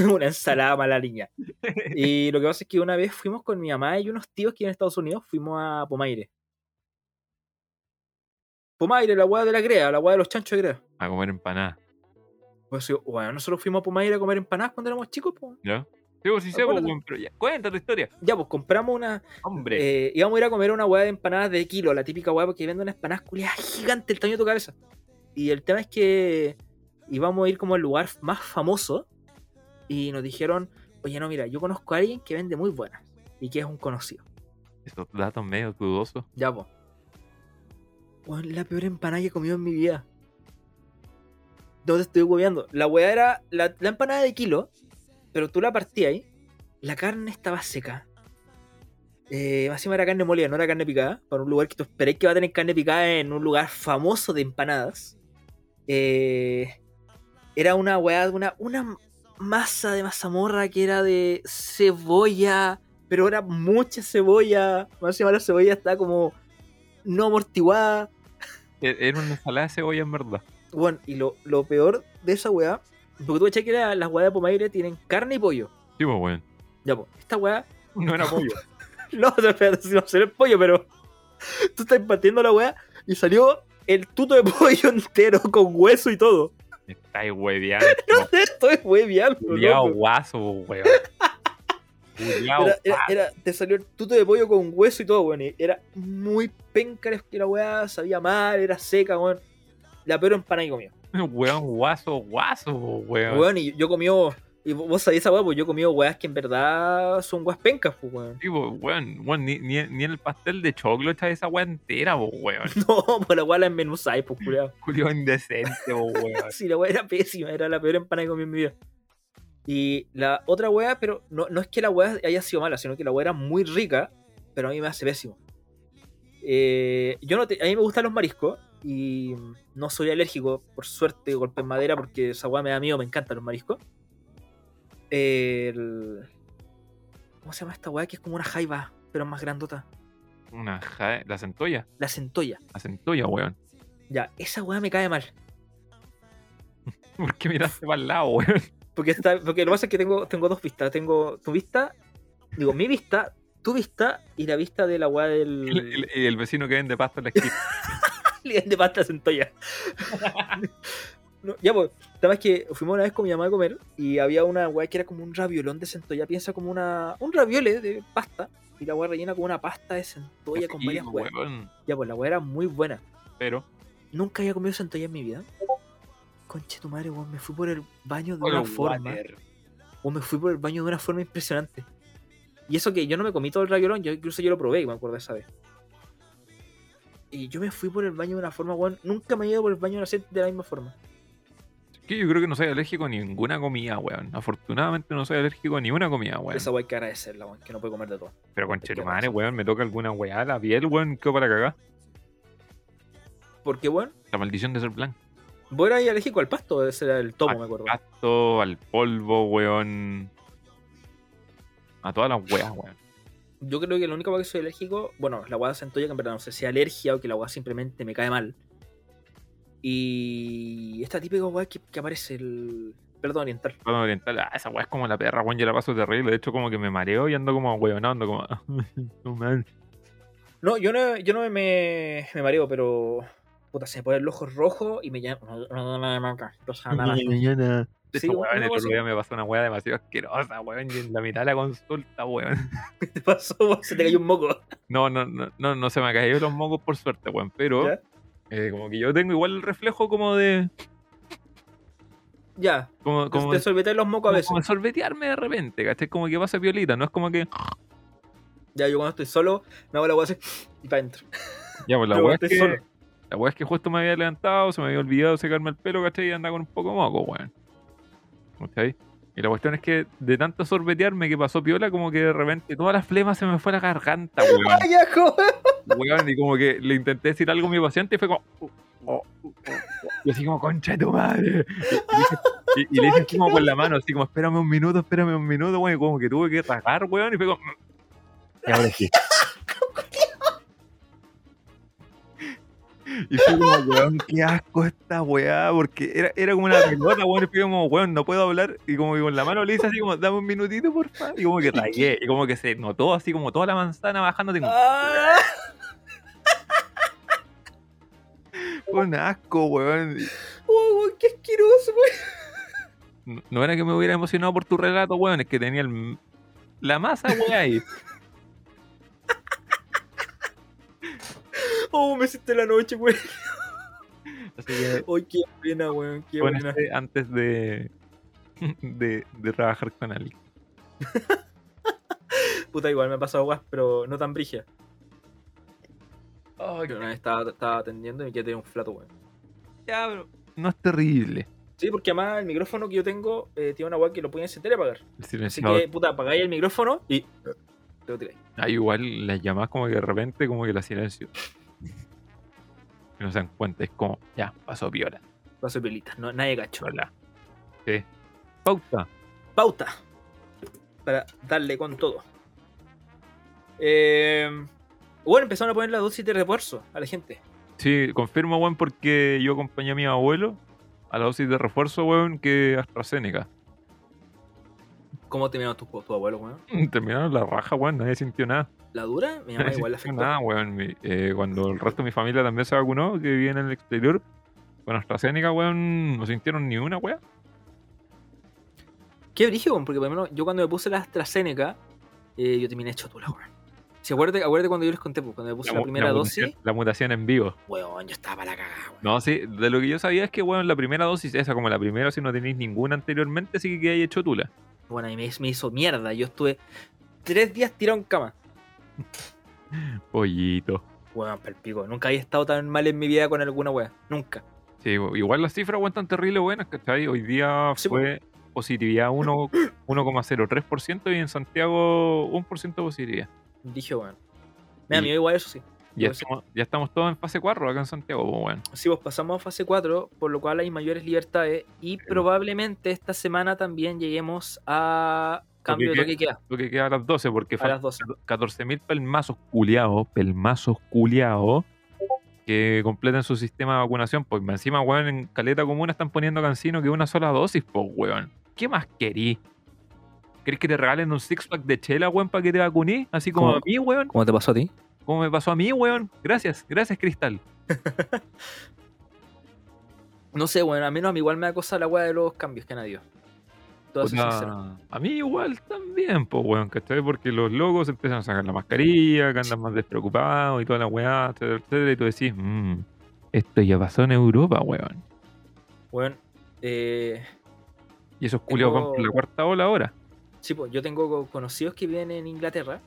Speaker 2: una ensalada mala niña. Y lo que pasa es que una vez fuimos con mi mamá y unos tíos que en Estados Unidos fuimos a Pomaire. Pomaire, la hueá de la crea, la hueá de los chanchos de crea.
Speaker 1: A comer empanada,
Speaker 2: Pues yo, bueno, nosotros fuimos a Pomaire a comer empanadas cuando éramos chicos, po.
Speaker 1: ¿ya? Sí, po, sí, sé, po,
Speaker 2: Acuérdate.
Speaker 1: weón, pero ya. Cuenta tu historia.
Speaker 2: Ya, pues compramos una.
Speaker 1: Hombre.
Speaker 2: eh, íbamos a ir a comer una hueá de empanadas de kilo, la típica hueá, porque venden unas empanadas culiadas gigantes, el tamaño de tu cabeza. Y el tema es que íbamos a ir como al lugar más famoso y nos dijeron, oye, no, mira, yo conozco a alguien que vende muy buenas y que es un conocido.
Speaker 1: Esos datos medio dudosos.
Speaker 2: Ya, po. Weón, la peor empanada que he comido en mi vida. No te estoy hueveando. La weá era la, la empanada de kilo, pero tú la partías ahí. La carne estaba seca. Eh, más encima era carne molida, no era carne picada. Para un lugar que tú esperé que va a tener carne picada en un lugar famoso de empanadas. Eh, era una weá, una, una masa de mazamorra que era de cebolla pero era mucha cebolla. Más encima la cebolla está como no amortiguada.
Speaker 1: E- Era una ensalada de cebolla en verdad.
Speaker 2: Bueno, y lo, lo peor de esa weá, porque tú cachai que la- las weá de Pomaire tienen carne y pollo.
Speaker 1: Sí, po, weón.
Speaker 2: Ya, pues, esta weá.
Speaker 1: No era pollo.
Speaker 2: No, espérate, si no será el pollo, pero. Tú estás partiendo la weá y salió el tuto de pollo entero con hueso y todo.
Speaker 1: Me estáis hueveando.
Speaker 2: Esto es weá,
Speaker 1: Culiao guaso, po, weón. Culeado,
Speaker 2: Era, era- era- te salió el tuto de pollo con hueso y todo, weón. y Era muy penca la- la weá, sabía mal, era seca, weón. La peor empanada que comió.
Speaker 1: Weón, guaso, guaso, weón.
Speaker 2: Weón, y yo comió. Y vos vos sabés esa weá, pues yo he comido weás que en verdad son weás pencas, pues, weón.
Speaker 1: Sí, po, weón, weón, ni, ni, ni el pastel de choclo está esa weá entera, po, weón.
Speaker 2: No, pues la weá la enmenuzáis, pues, culiao.
Speaker 1: Julio indecente, po, weón.
Speaker 2: Sí, la weá era pésima, era la peor empanada que comí en mi vida. Y la otra weá, pero no, no es que la weá haya sido mala, sino que la weá era muy rica, pero a mí me hace pésimo. Eh, yo no te- a mí me gustan los mariscos y no soy alérgico, por suerte, golpe en madera, porque esa weá me da miedo, me encantan los mariscos. El- ¿Cómo se llama esta weá? Que es como una jaiba, pero más grandota.
Speaker 1: Una ja- eh, La centolla,
Speaker 2: La centolla.
Speaker 1: la centolla, weón.
Speaker 2: Ya, esa weá me cae mal.
Speaker 1: ¿Por qué miraste para el lado, weón?
Speaker 2: Porque, está, porque lo que pasa es que tengo, tengo dos vistas. Tengo tu vista, digo, mi vista, tu vista y la vista de la weá del
Speaker 1: El, el- el vecino que vende pasta en la esquina.
Speaker 2: alien de pasta centolla. No, ya, pues, además que fuimos una vez con mi mamá a comer y había una weá que era como un raviolón de centolla. Piensa como una, un raviole de pasta y la weá rellena con una pasta de centolla con
Speaker 1: Sí,
Speaker 2: varias weas.
Speaker 1: weón.
Speaker 2: Ya, pues, la weá era muy buena.
Speaker 1: Pero,
Speaker 2: Nunca había comido centolla en mi vida. Conche tu madre, weón, me fui por el baño de
Speaker 1: Con
Speaker 2: una
Speaker 1: el
Speaker 2: forma.
Speaker 1: water.
Speaker 2: o me fui por el baño de una forma impresionante. Y eso que yo no me comí todo el raviolón, yo incluso yo lo probé, me acuerdo esa vez. Y yo me fui por el baño de una forma, weón. Nunca me he ido por el baño de la sed de la misma forma.
Speaker 1: que yo creo que no soy alérgico a ninguna comida, weón. Afortunadamente no soy alérgico a ninguna comida, weón.
Speaker 2: Esa weón hay que agradecerla, weón, que no puede comer de todo.
Speaker 1: Pero con
Speaker 2: Hay que
Speaker 1: chetumare, weón, me toca alguna weá, la piel, weón, quedo para cagar.
Speaker 2: Porque, weón,
Speaker 1: La maldición de ser blanco.
Speaker 2: vos eras alérgico al pasto, ese era el tomo, me acuerdo.
Speaker 1: ah. Gasto, al polvo, weón. A todas las weas, weón.
Speaker 2: Yo creo que lo único que soy alérgico, bueno, la weá de centolla, que en verdad no sé si es alergia o que la weá simplemente me cae mal. Y esta típica weá que, que aparece el. Perdón, oriental.
Speaker 1: Cuando oriental, ah, esa weá es como la perra, weón, yo la paso terrible. De hecho, como que me mareo y ando como weonado, ando como. ah, no, man.
Speaker 2: No, yo no, yo no me, me mareo, pero. Puta, se me ponen los ojos rojos y me llaman.
Speaker 1: Mañana. De
Speaker 2: Sí,
Speaker 1: hecho,
Speaker 2: weón,
Speaker 1: weón,
Speaker 2: una
Speaker 1: el
Speaker 2: cosa
Speaker 1: otro día me pasó una weá demasiado asquerosa, weón, y en la mitad de la consulta, weón.
Speaker 2: ¿Qué te pasó? weón? Se te cayó un moco.
Speaker 1: No, no, no, no, no se me cayeron los mocos por suerte, weón, pero.
Speaker 2: ¿Ya?
Speaker 1: eh, como que yo tengo igual el reflejo como de.
Speaker 2: Ya,
Speaker 1: Como, como
Speaker 2: te solveté los mocos a
Speaker 1: como-
Speaker 2: veces.
Speaker 1: Como sorbetearme de repente, ¿cachai? Como que pasa violita, no es como que.
Speaker 2: Ya, yo cuando estoy solo, me hago la hueá así y para adentro.
Speaker 1: Ya, pues la
Speaker 2: Yo
Speaker 1: weá es
Speaker 2: estoy
Speaker 1: que.
Speaker 2: solo.
Speaker 1: La weá es que justo me había levantado, se me había olvidado secarme el pelo, ¿cachai? Y andaba con un poco de moco, weón. ¿Cachai? Y la cuestión es que de tanto sorbetearme que pasó piola, como que de repente todas las flemas se me fue a la garganta, weón.
Speaker 2: ¡Ay, ajo!
Speaker 1: weón. Y como que le intenté decir algo a mi paciente y fue como. "Oh, oh, oh, oh". Y así como, concha de tu madre. Y, y dije- y- y le dije así como con la mano, así como, espérame un minuto, espérame un minuto, weón. Y como que tuve que rasgar, weón. Y fue como. "Mm". Y ahora sí. Y fue como, weón, qué asco esta weá, porque era, era como una pelota, weón. Y fue como, weón, no puedo hablar. Y como que con la mano le hice así como, dame un minutito, por favor. Y como que rayé. Y como que se notó así como toda la manzana bajando. Tengo,
Speaker 2: Ah,
Speaker 1: fue un asco, weón.
Speaker 2: weón, ¡Qué asqueroso, weón!
Speaker 1: No no era que me hubiera emocionado por tu relato, weón, es que tenía el- la masa, weón, ahí.
Speaker 2: ¡Oh, me hiciste la noche, weón!
Speaker 1: Así que,
Speaker 2: ¡Ay, qué pena, weón! ¡Qué
Speaker 1: weón,
Speaker 2: pena!
Speaker 1: este, antes de, de, de trabajar con alguien.
Speaker 2: Puta, igual me ha pasado guas, pero no tan brigia. Yo una vez estaba, estaba atendiendo y me quedé tener un flato, weón.
Speaker 1: No es terrible.
Speaker 2: Sí, porque además el micrófono que yo tengo eh, tiene una web que lo pueden encender y apagar.
Speaker 1: El
Speaker 2: Así
Speaker 1: silenciador.
Speaker 2: que, puta, apagáis el micrófono y. Te lo tiráis.
Speaker 1: Ah, igual las llamas como que de repente como que la silencio. Y no se dan cuenta, es como, ya, pasó piola.
Speaker 2: Paso de pelitas, no, nadie cacho.
Speaker 1: Chola. Sí. Pauta.
Speaker 2: Pauta. Para darle con todo. Eh, bueno, empezaron a poner la dosis de refuerzo a la gente.
Speaker 1: Sí, confirmo, weón, porque yo acompañé a mi abuelo a la dosis de refuerzo, weón, que AstraZeneca.
Speaker 2: ¿Cómo terminaron tus tu abuelos, weón?
Speaker 1: Terminaron la raja, weón, nadie sintió nada.
Speaker 2: ¿La dura? Mi mamá
Speaker 1: Nadie
Speaker 2: igual la
Speaker 1: sintió
Speaker 2: afectó.
Speaker 1: nada, weón. Mi- eh, cuando el resto de mi familia también se vacunó, que vive en el exterior, con AstraZeneca, weón, no sintieron ni una, weón.
Speaker 2: Qué brillo, porque por lo menos yo cuando me puse la AstraZeneca, eh, yo terminé hecho tú la weón. Si acuérdate, acuérdate cuando yo les conté, pues, cuando me puse la,
Speaker 1: mu-
Speaker 2: primera dosis,
Speaker 1: mutación, la mutación en vivo.
Speaker 2: weón, yo estaba para la cagada, weón.
Speaker 1: No, sí, de lo que yo sabía es que, bueno, la primera dosis, esa como la primera, si no tenéis ninguna anteriormente, sí que quedáis hecho tula.
Speaker 2: Bueno, y me, me hizo mierda. Yo estuve tres días tirado en cama.
Speaker 1: Pollito.
Speaker 2: Weón, pa'l pico. Nunca había estado tan mal en mi vida con alguna wea. Nunca.
Speaker 1: Sí, igual las cifras aguantan terrible buenas, ¿cachai? Hoy día
Speaker 2: Sí,
Speaker 1: fue positividad uno- 1,03% y en Santiago 1% positividad.
Speaker 2: Dije, weón. Me da
Speaker 1: Y-
Speaker 2: miedo igual eso sí.
Speaker 1: Ya
Speaker 2: Yo sé.
Speaker 1: estamos, ya estamos todos en fase 4 acá en Santiago, pues, bueno.
Speaker 2: Si vos pasamos a fase 4, por lo cual hay mayores libertades y probablemente esta semana también lleguemos a cambio
Speaker 1: queda.
Speaker 2: de toque de queda
Speaker 1: Lo que queda a las 12, porque
Speaker 2: a
Speaker 1: faltan
Speaker 2: las 12.
Speaker 1: 14.000 pelmazos culiados, pelmazos culiados, que completan su sistema de vacunación. Pues encima, weón, en Caleta Comuna están poniendo cancino que una sola dosis, pues, weón. ¿Qué más querí? ¿Querés que te regalen un six-pack de chela, weón, para que te vacuní? Así como
Speaker 2: Como-
Speaker 1: a mí, weón.
Speaker 2: ¿Cómo te pasó a ti?
Speaker 1: Como me pasó a mí, weón. Gracias, gracias, Cristal.
Speaker 2: No sé, bueno, a menos a mí igual me da cosa la weá de los cambios que nadie. Todo eso
Speaker 1: Puta,
Speaker 2: sincero.
Speaker 1: a mí igual también, pues, weón, ¿cachai? Porque los locos empiezan a sacar la mascarilla, que andan más despreocupados y toda la weá, etcétera, etcétera, y tú decís, mmm, esto ya pasó en Europa, weón.
Speaker 2: Bueno, eh,
Speaker 1: Y esos culiados van por la
Speaker 2: Tengo-
Speaker 1: cuarta ola ahora.
Speaker 2: Sí, pues yo tengo co- conocidos que viven en Inglaterra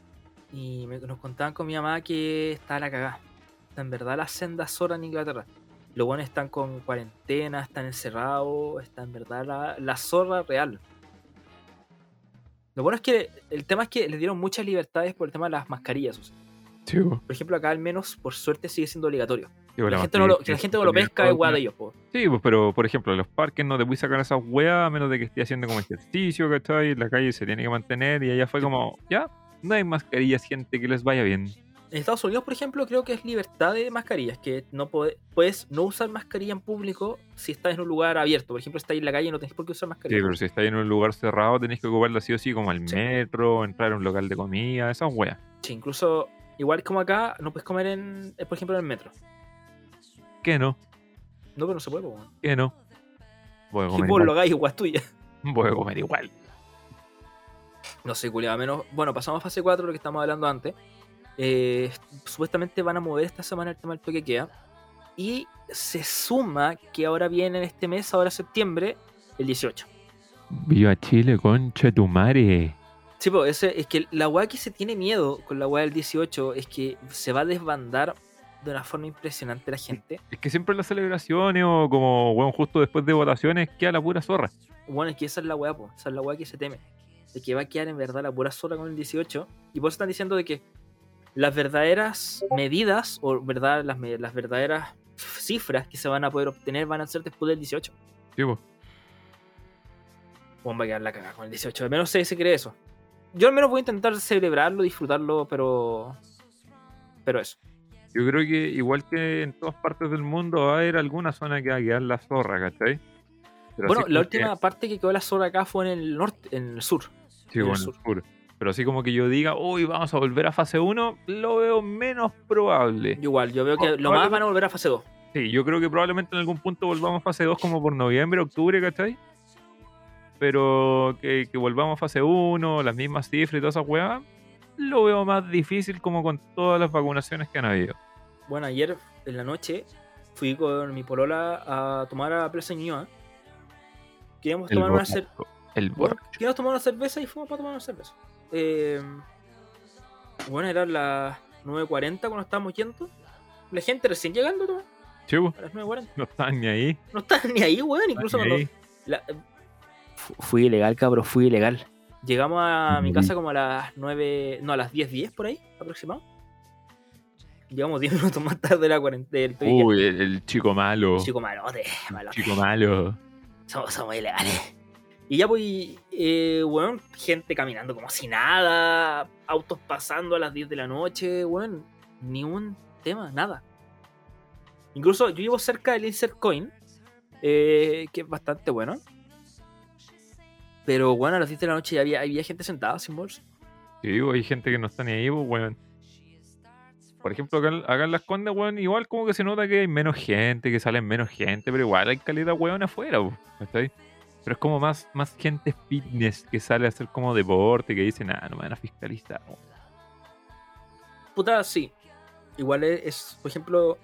Speaker 2: y me- nos contaban con mi mamá que está la cagada. Está en verdad la senda sola en Inglaterra. Los buenos están con cuarentena, están encerrados, está en verdad la, la zorra real. Lo bueno es que el tema es que les dieron muchas libertades por el tema de las mascarillas. o sea.
Speaker 1: Chivo.
Speaker 2: Por ejemplo, acá al menos, por suerte, sigue siendo obligatorio. La gente no lo, que la gente no lo pesca es weá de ellos. po.
Speaker 1: Sí, pues, pero por ejemplo, en los parques no te puedes sacar esas weas a menos de que esté haciendo como ejercicio, ¿cachai? En la calle se tiene que mantener y allá fue como, ya, no hay mascarillas, gente, que les vaya bien.
Speaker 2: En Estados Unidos, por ejemplo, creo que es libertad de mascarillas, que no pode- puedes no usar mascarilla en público si estás en un lugar abierto. Por ejemplo, si estás en la calle y no tenés por qué usar
Speaker 1: Sí,
Speaker 2: mascarilla.
Speaker 1: pero si estáis en un lugar cerrado tenés que ocuparla sí o sí, como al
Speaker 2: Sí.
Speaker 1: metro, entrar a un local de comida, esas weas.
Speaker 2: Sí, incluso, igual como acá, no puedes comer, en, eh, por ejemplo, en el metro.
Speaker 1: ¿Qué no?
Speaker 2: No, pero no se puede, po, weón.
Speaker 1: ¿Qué no? Voy a
Speaker 2: Y
Speaker 1: comer
Speaker 2: vos lo
Speaker 1: igual.
Speaker 2: hagáis, igual tuya.
Speaker 1: Voy a comer igual.
Speaker 2: No sé, culiado, menos. Bueno, pasamos a fase 4, lo que estábamos hablando antes. Eh, supuestamente van a mover esta semana el tema del toque de queda. Y se suma que ahora viene en este mes, ahora septiembre, el 18.
Speaker 1: Viva Chile, concha tu madre.
Speaker 2: Sí, po, ese, es que la weá que se tiene miedo con la weá del 18 es que se va a desbandar de una forma impresionante la gente.
Speaker 1: Es que siempre en las celebraciones o como, weón, justo después de votaciones queda la pura zorra.
Speaker 2: Bueno, es que esa es la weá, po, esa es la weá que se teme. De que va a quedar en verdad la pura sola con el 18. Y por eso están diciendo de que las verdaderas medidas, o verdad, las, me- las verdaderas cifras que se van a poder obtener van a ser después del 18.
Speaker 1: Sí, po.
Speaker 2: Bueno, va a quedar la cagada con el 18. Al menos se, se cree eso. Yo al menos voy a intentar celebrarlo, disfrutarlo, pero. Pero eso.
Speaker 1: Yo creo que igual que en todas partes del mundo va a haber alguna zona que va a quedar la zorra, ¿cachai? Pero
Speaker 2: bueno,
Speaker 1: así
Speaker 2: la
Speaker 1: como que-
Speaker 2: última parte que quedó la sola acá fue en el norte, en el sur.
Speaker 1: Sí,
Speaker 2: en el
Speaker 1: bueno,
Speaker 2: sur.
Speaker 1: seguro. Pero así como que yo diga, uy, vamos a volver a fase 1, lo veo menos probable.
Speaker 2: Igual, yo veo que
Speaker 1: Oh,
Speaker 2: lo
Speaker 1: vale.
Speaker 2: más van a volver a fase 2.
Speaker 1: Sí, yo creo que probablemente en algún punto volvamos a fase 2 como por noviembre, octubre, ¿cachai? Pero que, que volvamos a fase 1, las mismas cifras y todas esas huevas, lo veo más difícil como con todas las vacunaciones que han habido.
Speaker 2: Bueno, ayer en la noche fui con mi polola a tomar a Plaza Ñuñoa. Queríamos tomar una cerveza.
Speaker 1: el
Speaker 2: Bueno,
Speaker 1: borracho.
Speaker 2: queríamos tomar una cerveza y fuimos para tomar una cerveza. Eh, bueno, eran las 9.40 cuando estábamos yendo. La gente recién llegando, ¿no?
Speaker 1: Sí, po,
Speaker 2: A las 9.40.
Speaker 1: no están ni ahí.
Speaker 2: No están ni ahí, weón. Incluso
Speaker 1: ni
Speaker 2: cuando
Speaker 1: ahí.
Speaker 2: La- eh, Fu- Fui ilegal, cabrón, fui ilegal. Llegamos a mi casa como a las 9, no, a las 10, 10 por ahí, aproximado. Llegamos 10 minutos más tarde de la cuarentena. del toque de
Speaker 1: Uy, el, el chico malo.
Speaker 2: queda. Chico malote, malote.
Speaker 1: Chico malo.
Speaker 2: Somos, somos ilegales. Y ya pues, eh, weón, gente caminando como si nada, autos pasando a las 10 de la noche, weón, ni un tema, nada. Incluso yo vivo cerca del Insert Coin, eh, que es bastante bueno. Pero bueno, a las 10 de la noche ya había, había gente sentada sin bolsa.
Speaker 1: Sí, po, hay gente que no está ni ahí, pues, weón. Por ejemplo, acá, en- acá en Las Condes, weón, igual como que se nota que hay menos gente, que salen menos gente, pero igual hay calidad, weón, afuera, po, pues, ¿cachai? Pero es como más, más gente fitness que sale a hacer como deporte, que dicen, ah, no me van a fiscalizar.
Speaker 2: Puta, sí. Igual es, es, por ejemplo,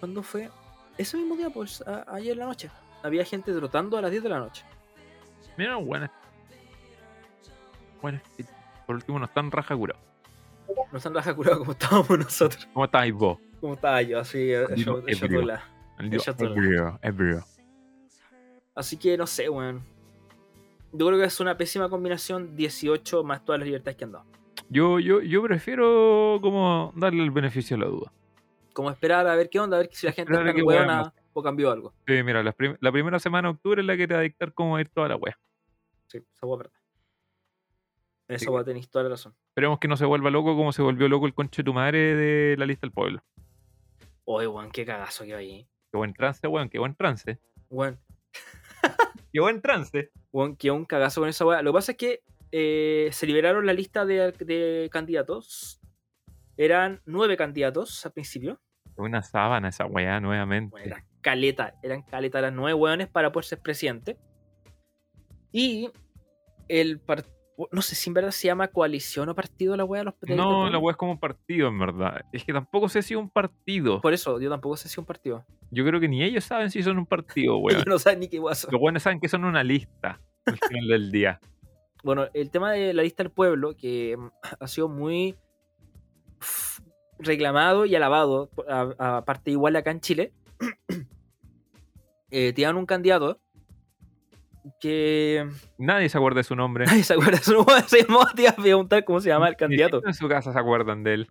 Speaker 2: ¿cuándo fue? Ese mismo día, pues, a- ayer en la noche. Había gente trotando a las 10 de la noche.
Speaker 1: Mira, buenas. Buenas. Por último, no están raja curados.
Speaker 2: No están raja curado como estábamos nosotros.
Speaker 1: ¿Cómo estás ahí vos?
Speaker 2: Como estaba yo, así, eh, yo, yo
Speaker 1: ebrio.
Speaker 2: sola.
Speaker 1: Él dijo,
Speaker 2: Ella sola.
Speaker 1: ebrio, ebrio.
Speaker 2: Así que no sé, weón. Yo creo que es una pésima combinación 18 más todas las libertades que han dado.
Speaker 1: Yo, yo, yo prefiero como darle el beneficio a la duda.
Speaker 2: Como esperar a ver qué onda, a ver si la gente
Speaker 1: Esperar a
Speaker 2: está
Speaker 1: que
Speaker 2: huevona
Speaker 1: hueveamos.
Speaker 2: o cambió algo.
Speaker 1: Sí, mira, la, prim- la primera semana de octubre es la que te va a dictar cómo va a ir toda la wea.
Speaker 2: Sí, esa hueá es verdad. En
Speaker 1: Sí.
Speaker 2: esa hueá tenéis toda la razón.
Speaker 1: Esperemos que no se vuelva loco como se volvió loco el conche de tu madre de la lista del pueblo.
Speaker 2: Oye, weón, qué cagazo que ahí.
Speaker 1: Qué buen trance, weón, qué buen trance.
Speaker 2: Weón,
Speaker 1: Qué buen trance.
Speaker 2: weón, qué un cagazo con esa hueá. Lo que pasa es que eh, se liberaron la lista de, de candidatos. Eran nueve candidatos al principio.
Speaker 1: Una sábana esa weá nuevamente.
Speaker 2: Bueno, eran caleta, eran caleta, eran nueve hueones para poder ser presidente. Y el partido, no sé si en verdad se llama coalición o partido la hueá de los
Speaker 1: no,
Speaker 2: periodistas,
Speaker 1: la weá es como un partido, en verdad. Es que tampoco sé si es un partido.
Speaker 2: Por eso, yo tampoco sé si es un partido.
Speaker 1: Yo creo que ni ellos saben si son un partido, weón.
Speaker 2: Yo no sé ni qué hueá son.
Speaker 1: Los weones saben que son una lista al final del día.
Speaker 2: Bueno, el tema de la lista del pueblo, que mm, ha sido muy uf, reclamado y alabado, por- a- aparte igual acá en Chile, eh, tienen un candidato que
Speaker 1: Nadie se acuerda de su nombre.
Speaker 2: nadie se acuerda de su nombre, se llamaba- te iba a preguntar cómo se llama el candidato.
Speaker 1: Ni En su casa se acuerdan de él.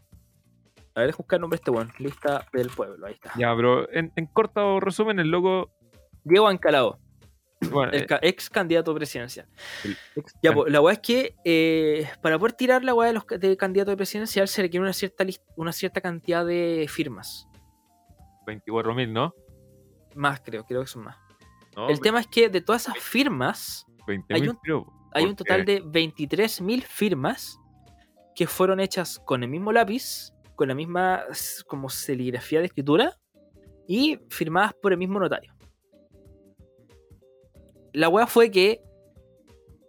Speaker 2: A ver, buscar nombre este weón. Lista del pueblo, ahí está.
Speaker 1: Ya, bro. En, en corto resumen, el loco.
Speaker 2: Diego Ancalao,
Speaker 1: Bueno,
Speaker 2: el ca- ex candidato presidencial.
Speaker 1: el ex-
Speaker 2: Ya, pues, la weá es que eh, para poder tirar la weá de los ca- de candidato presidencial se requiere una cierta, lis- una cierta cantidad de firmas.
Speaker 1: 24.000, ¿no?
Speaker 2: Más, creo, creo que son más.
Speaker 1: No,
Speaker 2: El tema es que de todas esas firmas,
Speaker 1: 20.000,
Speaker 2: hay un-
Speaker 1: creo,
Speaker 2: hay un
Speaker 1: porque-
Speaker 2: total de 23.000 firmas que fueron hechas con el mismo lápiz, con la misma s- como serigrafía de escritura y firmadas por el mismo notario. La weá fue que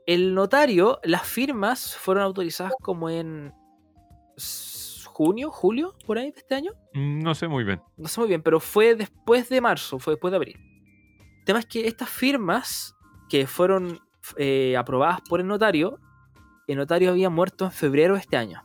Speaker 2: el notario, las firmas fueron autorizadas como en s- junio, julio, por ahí de este año
Speaker 1: Mm, No sé muy bien.
Speaker 2: no sé muy bien, pero fue después de marzo, fue después de abril. El tema es que estas firmas que fueron eh, aprobadas por el notario, el notario había muerto en febrero de este año.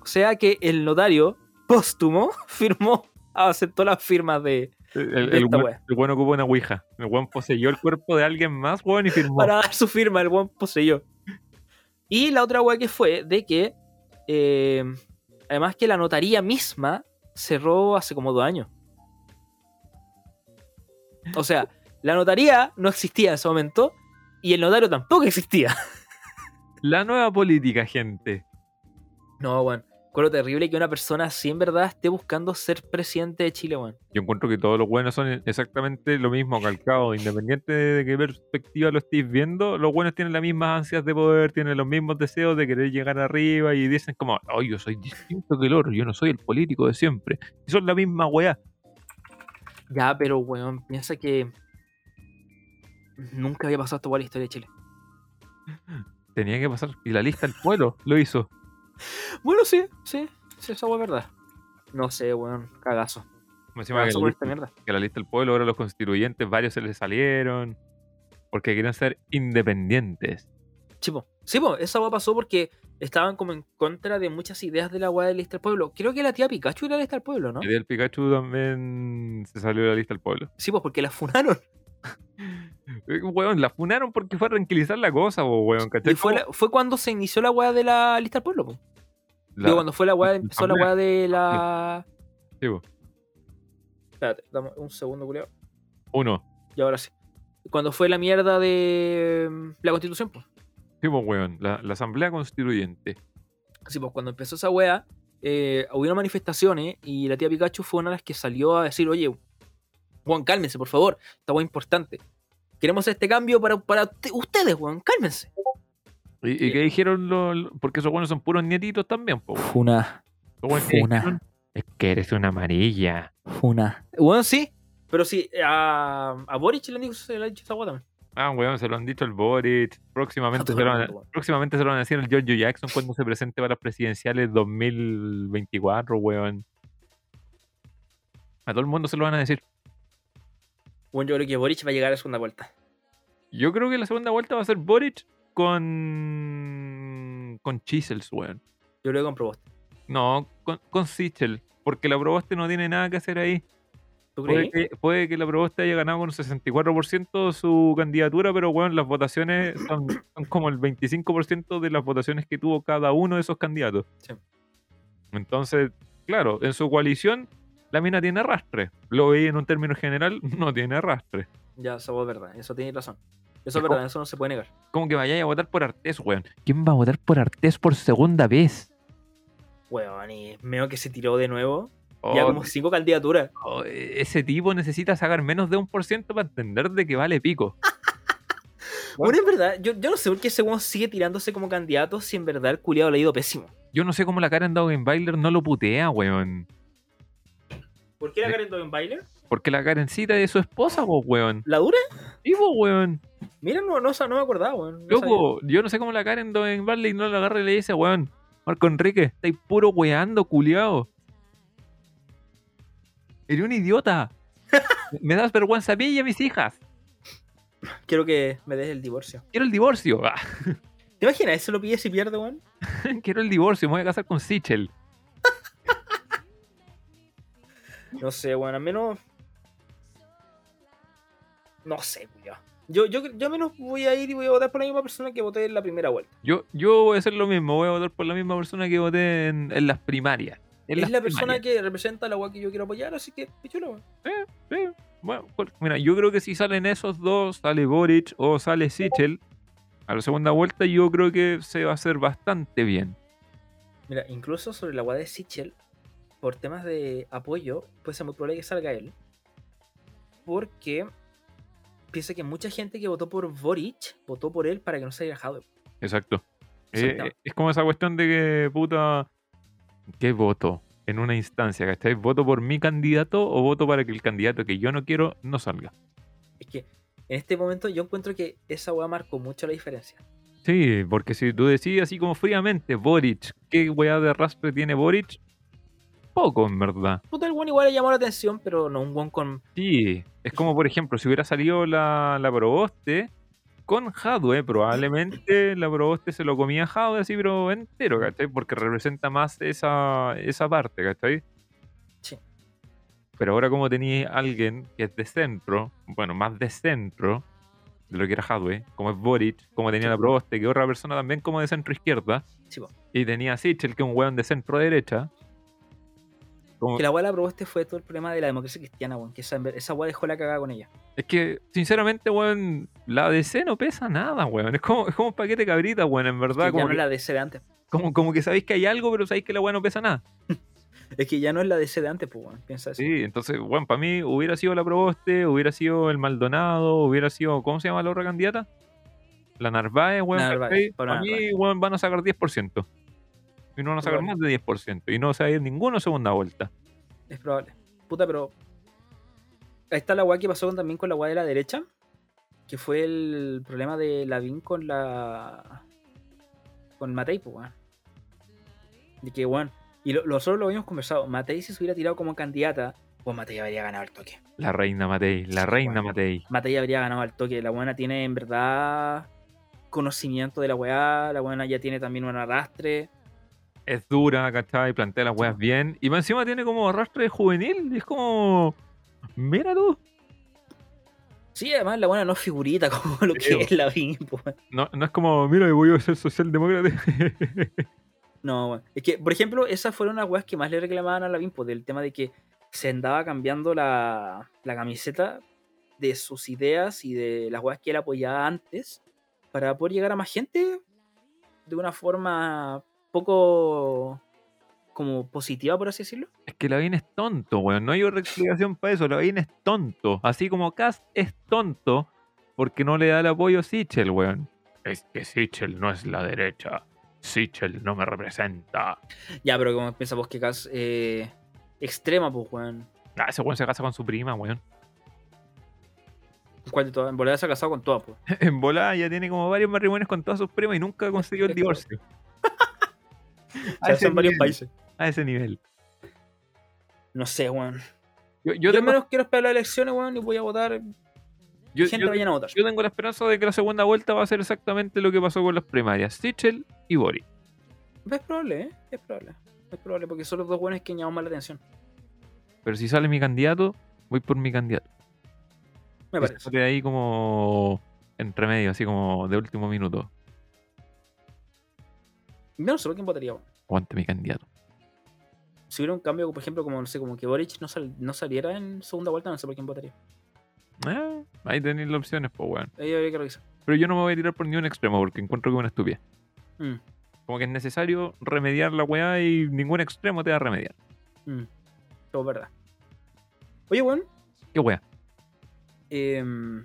Speaker 2: O sea que el notario póstumo firmó, aceptó las firmas de
Speaker 1: El, el,
Speaker 2: De
Speaker 1: el
Speaker 2: esta
Speaker 1: weón-
Speaker 2: wea.
Speaker 1: el weón ocupó una ouija. El weón poseyó el cuerpo de alguien más, weón, y firmó.
Speaker 2: para dar su firma, el buen poseyó. Y la otra weá que fue de que, eh, además que la notaría misma cerró hace como dos años. O sea, la notaría no existía en ese momento y el notario tampoco existía.
Speaker 1: La nueva política, gente.
Speaker 2: No, weón. Con lo terrible que una persona así en verdad esté buscando ser presidente de Chile, weón.
Speaker 1: Yo encuentro que todos los buenos son exactamente lo mismo, calcado. Independiente de qué perspectiva lo estéis viendo, los buenos tienen las mismas ansias de poder, tienen los mismos deseos de querer llegar arriba y dicen como, oh, yo soy distinto que el otro, yo no soy el político de siempre. Y son la misma weá.
Speaker 2: Ya, pero weón, piensa que nunca había pasado esto en la historia de Chile.
Speaker 1: Tenía que pasar. Y la lista del pueblo lo hizo.
Speaker 2: Bueno, sí, sí, sí, esa weá es verdad. No sé, weón, cagazo.
Speaker 1: Como encima que
Speaker 2: Cagazo
Speaker 1: la
Speaker 2: por esta
Speaker 1: lista-
Speaker 2: mierda.
Speaker 1: que la lista del pueblo, ahora los constituyentes, varios se les salieron. Porque quieren ser independientes.
Speaker 2: Chipo. Sí, po, esa weá pasó porque estaban como en contra de muchas ideas de la weá de lista del pueblo. Creo que la tía Pikachu era lista del pueblo, ¿no?
Speaker 1: Y del Pikachu también se salió de la lista del pueblo.
Speaker 2: Sí, pues porque la funaron.
Speaker 1: Eh, Weón, la funaron porque fue a tranquilizar la cosa, bo, weón, ¿cachai?
Speaker 2: Y fue,
Speaker 1: Como
Speaker 2: la- fue cuando se inició la weá de la lista del pueblo, po.
Speaker 1: la-
Speaker 2: Digo, cuando fue la weá,
Speaker 1: la
Speaker 2: empezó la weá de la.
Speaker 1: Sí, bo.
Speaker 2: Espérate, dame un segundo, culiao.
Speaker 1: Uno.
Speaker 2: Y ahora sí. Cuando fue la mierda de mm, la constitución, pues.
Speaker 1: Sí, bo, weón, la, la asamblea constituyente.
Speaker 2: Sí, pues cuando empezó esa wea, eh, hubieron manifestaciones y la tía Pikachu fue una de las que salió a decir, oye, Juan, cálmense, por favor, esta wea es importante. Queremos este cambio para, para te- ustedes, Juan, cálmense.
Speaker 1: ¿Y, y
Speaker 2: Sí.
Speaker 1: qué dijeron los.? los- porque esos buenos son puros nietitos también, po, weón.
Speaker 2: Funa,
Speaker 1: Los weones que
Speaker 2: Funa.
Speaker 1: dijeron, Es que eres una amarilla.
Speaker 2: funa. Bueno, sí, Pero sí, a, a Boric le han dicho, se le ha dicho esa guata.
Speaker 1: Ah, weón, se lo han dicho el Boric. Próximamente,
Speaker 2: A todo
Speaker 1: se, lo van
Speaker 2: el
Speaker 1: a,
Speaker 2: mundo, weón.
Speaker 1: próximamente se lo van a decir al Giorgio Jackson cuando se presente para las presidenciales 2024, weón. A todo el mundo se lo van a decir.
Speaker 2: Bueno, yo creo que Boric va a llegar a la segunda vuelta.
Speaker 1: Yo creo que la segunda vuelta va a ser Boric con. con Chisels, weón.
Speaker 2: Yo creo que con Proboste.
Speaker 1: No, con, con Sichel. Porque la Proboste no tiene nada que hacer ahí.
Speaker 2: ¿Tú
Speaker 1: Puede
Speaker 2: crees?
Speaker 1: que, puede que la Proboste haya ganado con un 64% su candidatura, pero bueno, las votaciones son, son como el 25% de las votaciones que tuvo cada uno de esos candidatos.
Speaker 2: Sí.
Speaker 1: Entonces, claro, en su coalición la mina tiene arrastre. Lo veía en un término general, no tiene arrastre.
Speaker 2: Ya, eso es verdad. Eso tiene razón. Eso es
Speaker 1: Dejó-
Speaker 2: verdad, eso no se puede negar.
Speaker 1: Como que vayáis a votar por Artés, weón. ¿Quién va a votar por Artés por segunda vez?
Speaker 2: Weón, y medio que se tiró de nuevo.
Speaker 1: Oh,
Speaker 2: Ya como cinco candidaturas.
Speaker 1: oh, ese tipo necesita sacar menos de un por ciento para entender de que vale pico.
Speaker 2: Bueno, en verdad, yo, yo no sé por qué ese weón sigue tirándose como candidato si en verdad el culiado le ha ido pésimo.
Speaker 1: Yo no sé cómo la Karen Bailer no lo putea, weón.
Speaker 2: ¿Por qué
Speaker 1: la
Speaker 2: Karen en Bailer?
Speaker 1: Porque la Karencita es su esposa, vos, weón.
Speaker 2: ¿La dura?
Speaker 1: Sí, vos, weón.
Speaker 2: Mira, no, no, no me acordaba, weón. No sabía.
Speaker 1: Loco, yo no sé cómo la Karen en Barley no la agarra y le dice, weón, Marco Enrique, estáis puro weando, culiao. Eres un idiota. Me das vergüenza a mí y a mis hijas.
Speaker 2: Quiero que me des el divorcio.
Speaker 1: Quiero el divorcio. Ah,
Speaker 2: ¿Te imaginas? ¿Eso lo pide si pierde, weón?
Speaker 1: Quiero el divorcio. Me voy a casar con Sichel.
Speaker 2: No sé, weón. Al menos. No sé, culiado. Yo, yo, yo al menos voy a ir y voy a votar por la misma persona que voté en la primera vuelta.
Speaker 1: Yo, yo voy a hacer lo mismo. Voy a votar por la misma persona que voté en, en las primarias. En
Speaker 2: es
Speaker 1: las
Speaker 2: la persona
Speaker 1: primarias.
Speaker 2: que representa la weá que yo quiero apoyar, así que, qué chulo, weón.
Speaker 1: Sí, bueno, cual- mira, yo creo que si salen esos dos, sale Boric o sale Sichel, a la segunda vuelta yo creo que se va a hacer bastante bien.
Speaker 2: Mira, incluso sobre la weá de Sichel, por temas de apoyo, pues es muy probable que salga él. Porque piensa que mucha gente que votó por Boric votó por él para que no saliera Jadwe.
Speaker 1: Exacto. Eh,
Speaker 2: Exacto.
Speaker 1: es como esa cuestión de que, puta, ¿qué voto? En una instancia, ¿cachai? ¿Voto por mi candidato o voto para que el candidato que yo no quiero no salga?
Speaker 2: Es que en este momento yo encuentro que esa weá marcó mucho la diferencia.
Speaker 1: Sí, porque si tú decís así como fríamente, Boric, ¿qué weá de rastre tiene Boric? Poco, en verdad.
Speaker 2: Puta, el buen igual le llamó la atención, pero no un buen con.
Speaker 1: Sí, es como por ejemplo, si hubiera salido la, la Proboste con Hadwe, probablemente la Proboste se lo comía Hadwe así, pero entero, ¿cachai? Porque representa más esa, esa parte, ¿cachai?
Speaker 2: Sí.
Speaker 1: Pero ahora, como tenía alguien que es de centro, bueno, más de centro de lo que era Hadwe, como es Boric, como tenía
Speaker 2: Sí.
Speaker 1: la Proboste, que otra persona también como de centro izquierda,
Speaker 2: Sí, po.
Speaker 1: y tenía a Sichel, que es un weón de centro derecha. Como-
Speaker 2: Que la weá la probó este fue todo el problema de la democracia cristiana, weón. Que esa, esa weá dejó la cagada con ella.
Speaker 1: Es que, sinceramente, weón, la ADC no pesa nada, weón. Es como, es como un paquete de cabrita, weón, en
Speaker 2: Es que
Speaker 1: verdad.
Speaker 2: ya
Speaker 1: como,
Speaker 2: no
Speaker 1: que,
Speaker 2: es la DC de antes.
Speaker 1: como, como que sabéis que hay algo, pero sabéis que la weón no pesa nada.
Speaker 2: Es que ya no es la DC de antes, pues, weón. Piensa eso.
Speaker 1: Sí, entonces, weón, para mí hubiera sido la Proboste, hubiera sido el Maldonado, hubiera sido, ¿cómo se llama la otra candidata? La Narváez, weón.
Speaker 2: La Narváez, Paula
Speaker 1: para mí,
Speaker 2: Narváez.
Speaker 1: weón, van a sacar 10%. Y no van a sacar
Speaker 2: Probable.
Speaker 1: más de 10%. Y no se va a ir ninguno segunda vuelta.
Speaker 2: Es probable. Puta, pero. Ahí está la weá que pasó con- también con la weá de la derecha. Que fue el problema de Lavín con la. Con Matei, pues, weón. De que, weón. Y lo- nosotros lo habíamos conversado. Matei, si se hubiera tirado como candidata, pues Matei habría ganado el toque.
Speaker 1: La reina Matei, la
Speaker 2: Sí,
Speaker 1: reina
Speaker 2: weón.
Speaker 1: Matei.
Speaker 2: Matei habría ganado al toque. La buena tiene en verdad conocimiento de la weá. La buena ya tiene también un arrastre.
Speaker 1: es dura, ¿cachai? Plantea las weas bien. Y más encima tiene como arrastre de juvenil. Es como. Mira tú.
Speaker 2: Sí, además la buena no es figurita como lo
Speaker 1: Sí,
Speaker 2: que es pues, la VIN.
Speaker 1: No, no es como, mira, voy a ser socialdemócrata.
Speaker 2: No, weón. es que, por ejemplo, esas fueron las weas que más le reclamaban a la VIN, del tema de que se andaba cambiando la, la camiseta de sus ideas y de las weas que él apoyaba antes para poder llegar a más gente de una forma poco como positiva, por así decirlo.
Speaker 1: es que Lavín es tonto, weón. No hay otra explicación para eso. Lavín es tonto. Así como Cass es tonto porque no le da el apoyo a Sichel, weón. Es que Sichel no es la derecha. Sichel no me representa.
Speaker 2: Ya, pero como piensa vos que Cass eh, extrema, pues, weón.
Speaker 1: Ah, ese weón se casa con su prima, weón.
Speaker 2: cual todo, en volada se ha casado con todas, pues.
Speaker 1: En volada ya tiene como varios matrimonios con todas sus primas y nunca consiguió el divorcio.
Speaker 2: O sea, son varios
Speaker 1: nivel,
Speaker 2: países.
Speaker 1: A ese nivel.
Speaker 2: No sé, weón.
Speaker 1: Yo, yo
Speaker 2: Yo, al
Speaker 1: tengo,
Speaker 2: menos quiero esperar las elecciones, weón, y voy a votar.
Speaker 1: yo-
Speaker 2: gente
Speaker 1: yo-
Speaker 2: vayan a votar.
Speaker 1: yo tengo la esperanza de que la segunda vuelta va a ser exactamente lo que pasó con las primarias. Sichel y Boric.
Speaker 2: Es probable, ¿eh? Es probable. Es probable, porque son los dos buenos que llaman más la atención.
Speaker 1: Pero si sale mi candidato, voy por mi candidato.
Speaker 2: Me
Speaker 1: Y
Speaker 2: parece.
Speaker 1: sale ahí como entre medio, así como de último minuto.
Speaker 2: Yo no sé por quién votaría, weón.
Speaker 1: Aguante mi candidato.
Speaker 2: Si hubiera un cambio, por ejemplo, como, no sé, como que Boric no, sal- no saliera en segunda vuelta, no sé por quién votaría.
Speaker 1: Ah, ahí tenéis las opciones, pues weón.
Speaker 2: Ahí habría que revisar.
Speaker 1: Pero yo no me voy a tirar por ningún extremo porque encuentro que es una estupidez.
Speaker 2: Mm,
Speaker 1: Como que es necesario remediar la weá y ningún extremo te va a remediar.
Speaker 2: mm. Todo verdad. Oye, weón.
Speaker 1: ¿Qué weá?
Speaker 2: em,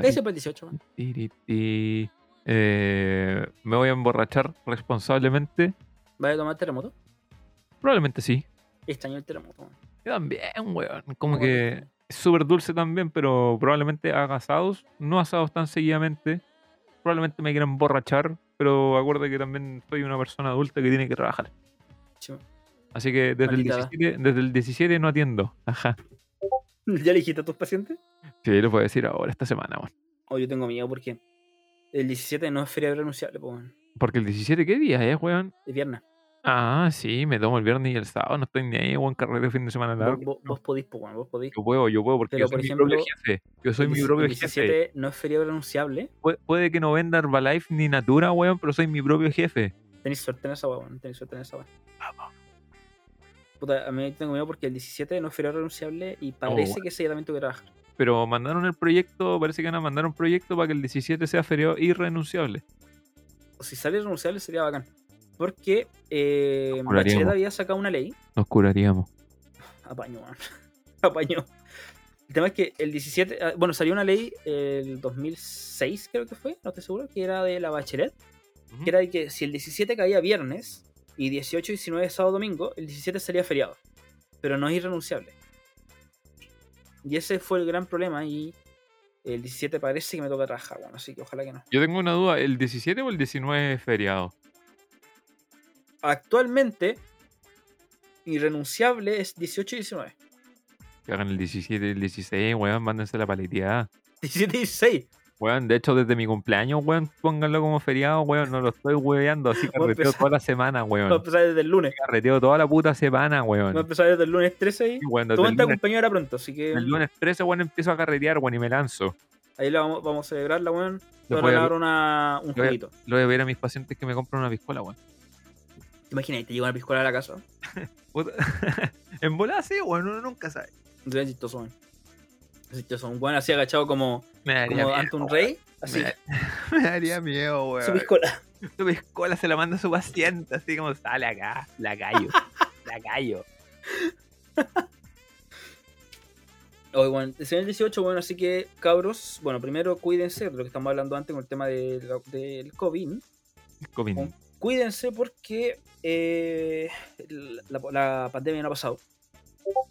Speaker 2: ¿Qué dice para el 18, weón?
Speaker 1: Tiriti. Eh, ¿Me voy a emborrachar responsablemente?
Speaker 2: ¿Vas a tomar terremoto?
Speaker 1: Probablemente sí.
Speaker 2: Extraño el terremoto, weón.
Speaker 1: Yo también, weón. Como que es súper dulce también, pero probablemente haga asados. No asados tan seguidamente. Probablemente me quieran emborrachar, pero acuerda que también soy una persona adulta que tiene que trabajar.
Speaker 2: Sí.
Speaker 1: Así que desde el,
Speaker 2: Maldita edad.
Speaker 1: 17, desde el 17 no atiendo. Ajá.
Speaker 2: ¿Ya le dijiste a tus pacientes?
Speaker 1: Sí, lo puedo decir ahora, esta semana, weón.
Speaker 2: Oh, yo tengo miedo porque el 17 no es feria renunciable, po, weón.
Speaker 1: Porque el 17, ¿qué día es, weón?
Speaker 2: Es viernes.
Speaker 1: Ah, sí, me tomo el viernes y el sábado. No estoy ni ahí, weón, carrete de fin de semana
Speaker 2: Vos,
Speaker 1: largo.
Speaker 2: vos- vos podís, po, weón, vos podís.
Speaker 1: Yo puedo, yo puedo, porque
Speaker 2: Pero,
Speaker 1: yo soy
Speaker 2: por
Speaker 1: mi
Speaker 2: ejemplo,
Speaker 1: propio jefe. Yo soy
Speaker 2: El
Speaker 1: mi
Speaker 2: dieci-
Speaker 1: propio
Speaker 2: el
Speaker 1: jefe.
Speaker 2: 17 no es feria renunciable.
Speaker 1: Pu- puede que no venda Herbalife ni Natura, weón, pero soy mi propio jefe.
Speaker 2: Tenéis suerte en esa weá, weón. Tenéis suerte en esa weá. Puta, a mí tengo miedo porque el 17 no es feria renunciable y parece
Speaker 1: weón.
Speaker 2: que ese día también tengo que trabajar.
Speaker 1: Pero mandaron el proyecto, parece que van a mandar un proyecto para que el 17 sea feriado irrenunciable.
Speaker 2: O si sale renunciable sería bacán. Porque eh,
Speaker 1: Nos curaríamos.
Speaker 2: Bachelet había sacado una ley.
Speaker 1: Nos curaríamos.
Speaker 2: Apaño, weón. Apaño. El tema es que el 17, ah, bueno, salió una ley el 2006, creo que fue, no estoy seguro, que era de la Bachelet, que era de que si el 17 caía viernes y 18 y 19 sábado domingo, el 17 sería feriado, pero no es irrenunciable. Y ese fue el gran problema y el 17 parece que me toca trabajar, bueno, así que ojalá que no.
Speaker 1: Yo tengo una duda, ¿el 17 o el 19 es feriado?
Speaker 2: Actualmente, irrenunciable es 18 y 19.
Speaker 1: Que hagan el 17, el 16, weón, mándense la paleteada.
Speaker 2: 17 y 16.
Speaker 1: Weón, de hecho, desde mi cumpleaños, weón, pónganlo como feriado, weón, no lo estoy hueveando, así
Speaker 2: Voy a
Speaker 1: carreteo
Speaker 2: empezar-
Speaker 1: toda la semana,
Speaker 2: Voy a
Speaker 1: weón.
Speaker 2: empezar desde el lunes.
Speaker 1: Carreteo toda la puta semana,
Speaker 2: Voy a
Speaker 1: weón.
Speaker 2: empezar desde el lunes 13 y...
Speaker 1: Sí, weón,
Speaker 2: Tu
Speaker 1: desde el
Speaker 2: cuenta
Speaker 1: lunes,
Speaker 2: cumpleaños era pronto, así que
Speaker 1: el lunes 13, weón, empiezo a carretear, weón, y me lanzo.
Speaker 2: ahí la vamos, vamos a celebrarla, weón. Te
Speaker 1: Lo
Speaker 2: voy a
Speaker 1: voy a-
Speaker 2: regalar una, un
Speaker 1: voy a-
Speaker 2: juguito.
Speaker 1: Lo voy a ver a mis pacientes que me compran una piscola, weón.
Speaker 2: ¿Te imaginas? Te llega una piscola a la casa.
Speaker 1: Puta. en volada sí, weón, uno nunca sabe.
Speaker 2: Sería chistoso, weón. Es chistoso. Un weón así agachado como,
Speaker 1: Me daría
Speaker 2: como
Speaker 1: miedo,
Speaker 2: ante un rey. Así,
Speaker 1: Me, daría miedo, weón.
Speaker 2: su piscola.
Speaker 1: Tu piscola se la manda a su paciente, así como sale acá, la callo, la callo.
Speaker 2: Oye, weón, se viene el 18, weón, así que, cabros, bueno, primero cuídense, de lo que estamos hablando antes con el tema de la- del COVID.
Speaker 1: Comín.
Speaker 2: Cuídense porque eh, la, la pandemia no ha pasado.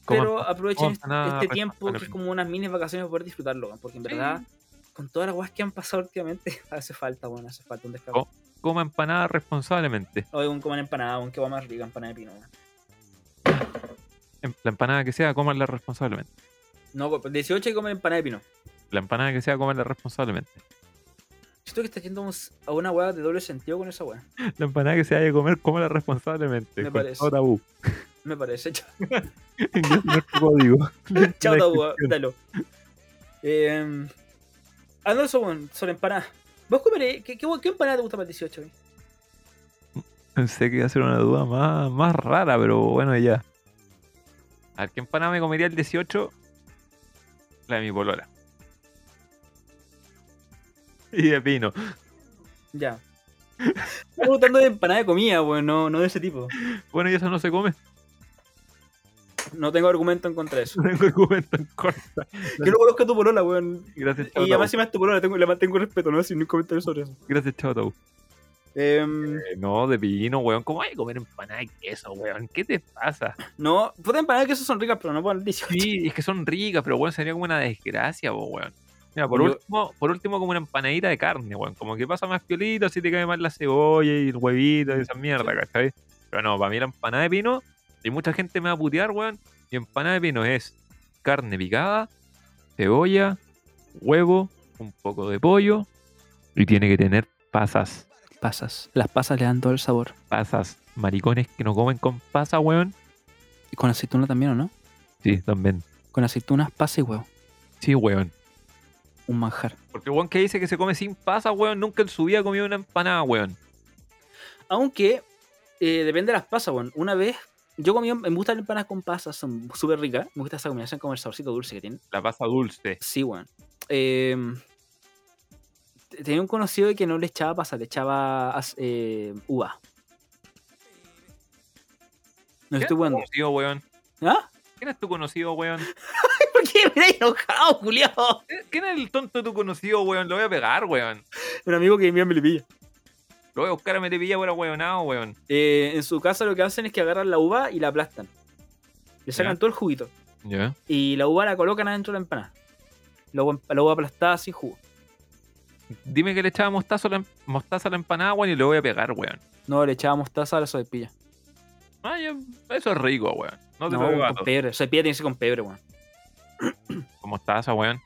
Speaker 1: Coman
Speaker 2: Pero
Speaker 1: pa-
Speaker 2: aprovechen
Speaker 1: coman
Speaker 2: este,
Speaker 1: nada
Speaker 2: este tiempo que es
Speaker 1: responsablemente.
Speaker 2: como unas mini vacaciones para poder disfrutarlo, weón, porque en verdad, con todas las guas que han pasado últimamente, hace falta, bueno, hace falta un descanso.
Speaker 1: Oh. Coma empanada responsablemente.
Speaker 2: Hoy un coman empanada, un que va más rica, empanada de pino. weón.
Speaker 1: En- La empanada que sea, comanla responsablemente.
Speaker 2: No, weón, 18 hay que comer empanada de pino.
Speaker 1: La empanada que sea, comanla responsablemente.
Speaker 2: Siento que está yendo un- a una hueá de doble sentido con esa hueá.
Speaker 1: La empanada que se haya de comer, cómala responsablemente.
Speaker 2: Me
Speaker 1: con
Speaker 2: parece.
Speaker 1: todo tabú.
Speaker 2: Me parece. Chao,
Speaker 1: Inglés no es código.
Speaker 2: chao,
Speaker 1: La
Speaker 2: tabú,
Speaker 1: descripción.
Speaker 2: dalo. Eh, Anderson, weón, sobre empanadas. ¿Vos comeré? ¿Qué, qué, qué empanada te gusta para el 18? weón?
Speaker 1: Pensé que iba a ser una duda más, más rara, pero bueno, ya. A ver, ¿qué empanada me comería el 18? La de mi polola. Y de pino.
Speaker 2: Ya. Estamos gustando de empanada de comida, weón, no, no de ese tipo.
Speaker 1: Bueno, y eso no se come.
Speaker 2: No tengo argumento en contra de eso.
Speaker 1: No tengo argumento en corta.
Speaker 2: Yo no conozco a tu polola, weón.
Speaker 1: Gracias, Chao
Speaker 2: Y además
Speaker 1: Tabú.
Speaker 2: si me das tu polola, tengo, le mantengo respeto, no voy a decir ni un comentario sobre eso.
Speaker 1: Gracias, Chao Tabú.
Speaker 2: Em,
Speaker 1: Eh, no, de pillino, weón. ¿Cómo hay que comer empanada de queso, weón? ¿Qué te pasa?
Speaker 2: no, pueden parar que esas son ricas, pero no para el 18.
Speaker 1: Sí, es que son ricas, pero weón, sería como una desgracia, po, weón. Mira, por
Speaker 2: Yo-
Speaker 1: último, por último, como una empanadita de carne, weón. Como que pasa más piolita, así te cae más la cebolla y el huevito y esa mierda, ¿cachai? Pero no, para mí la empanada de pino, y mucha gente me va a putear, weón. Mi empanada de pino es carne picada, cebolla, huevo, un poco de pollo, y tiene que tener pasas.
Speaker 2: Pasas. Las pasas le dan todo el sabor.
Speaker 1: Pasas. Maricones que no comen con pasa, weón.
Speaker 2: Y con aceituna también, ¿o no?
Speaker 1: Sí, también.
Speaker 2: Con aceitunas, pasa y huevo.
Speaker 1: Sí, weón.
Speaker 2: Un manjar.
Speaker 1: Porque el weón que dice que se come sin pasa, weón, nunca en su vida ha comido una empanada, weón.
Speaker 2: Aunque eh, depende de las pasas, weón. Una vez, yo comí, me gustan las empanadas con pasas, son súper ricas. Me gusta esa combinación con el saborcito dulce que tienen.
Speaker 1: La pasa dulce.
Speaker 2: Sí, weón. Eh, te- tenía un conocido que no le echaba pasas, le echaba as- eh, uva. No
Speaker 1: ¿Quién
Speaker 2: estoy
Speaker 1: es tu
Speaker 2: bueno.
Speaker 1: conocido, weón?
Speaker 2: ¿Ah?
Speaker 1: ¿Quién es tu conocido, weón? ¿Eh?
Speaker 2: ¿Por qué me he enojado, Juliado?
Speaker 1: ¿Quién es el tonto de tu conocido, weón? Lo voy a pegar, weón.
Speaker 2: Un amigo que vivía en Melipilla.
Speaker 1: Lo voy a buscar a Metepilla por ahueonado, weón.
Speaker 2: Eh, en su casa lo que hacen es que agarran la uva y la aplastan. Le sacan
Speaker 1: Ya.
Speaker 2: todo el juguito.
Speaker 1: Ya.
Speaker 2: Y la uva la colocan adentro de la empanada. La uva, la uva aplastada sin jugo.
Speaker 1: Dime que le echaba mostazo a la, mostaza a la empanada, weón, y lo voy a pegar, weón.
Speaker 2: No, le echaba mostaza a la sopaipilla.
Speaker 1: Ah, ya, eso es rico, weón. No te
Speaker 2: No,
Speaker 1: lo
Speaker 2: weón,
Speaker 1: gato.
Speaker 2: con pebre. Sopaipilla tiene que ser con pebre, weón.
Speaker 1: Con mostaza, weón.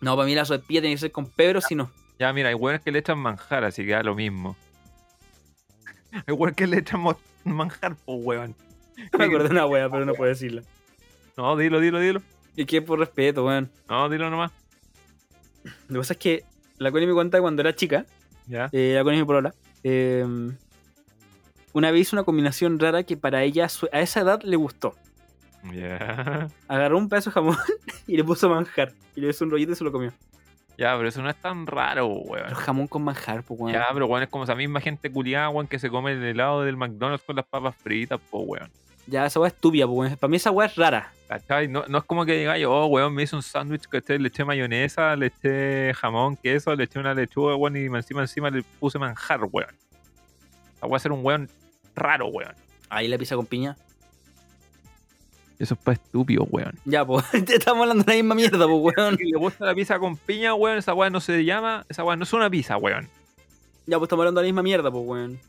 Speaker 2: No, para mí la sopaipilla tiene que ser con pebre, si no.
Speaker 1: Ya, mira, hay weones que le echan manjar, así que da lo mismo. Hay weones que le echan mo- manjar, pues, weón.
Speaker 2: Me acordé de una wea, pero no puedo decirla.
Speaker 1: No, dilo, dilo, dilo.
Speaker 2: Y que por respeto, weón.
Speaker 1: No, dilo nomás.
Speaker 2: Lo que pasa es que la Connie me cuenta que cuando era chica,
Speaker 1: Ya.
Speaker 2: eh, la Connie es mi polola, eh, una vez hizo una combinación rara que para ella su- a esa edad le gustó.
Speaker 1: Ya.
Speaker 2: Agarró un pedazo de jamón y le puso manjar. Y le hizo un rollito y se lo comió.
Speaker 1: Ya, pero eso no es tan raro, weón.
Speaker 2: Pero jamón con manjar, pues, weón.
Speaker 1: Ya, pero weón, es como esa misma gente culiada, weón, que se come el helado del McDonald's con las papas fritas, po, weón.
Speaker 2: Ya, esa weá es tubia, pues, weón. Para mí esa weá es rara.
Speaker 1: ¿Cachai? No, no es como que diga yo, oh, weón, me hice un sándwich, ¿cachai? Le eché mayonesa, le eché jamón, queso, le eché una lechuga, weón, y encima encima le puse manjar, weón. La voy a hacer un weón raro, weón.
Speaker 2: Ahí la pizza con piña.
Speaker 1: Eso es pa' estúpido, weón.
Speaker 2: Ya, pues, estamos hablando de la misma mierda, pues, weón.
Speaker 1: Si le gusta la pizza con piña, weón, esa weón no se llama, esa weón no es una pizza, weón.
Speaker 2: Ya, pues, estamos hablando de la misma mierda, pues, weón.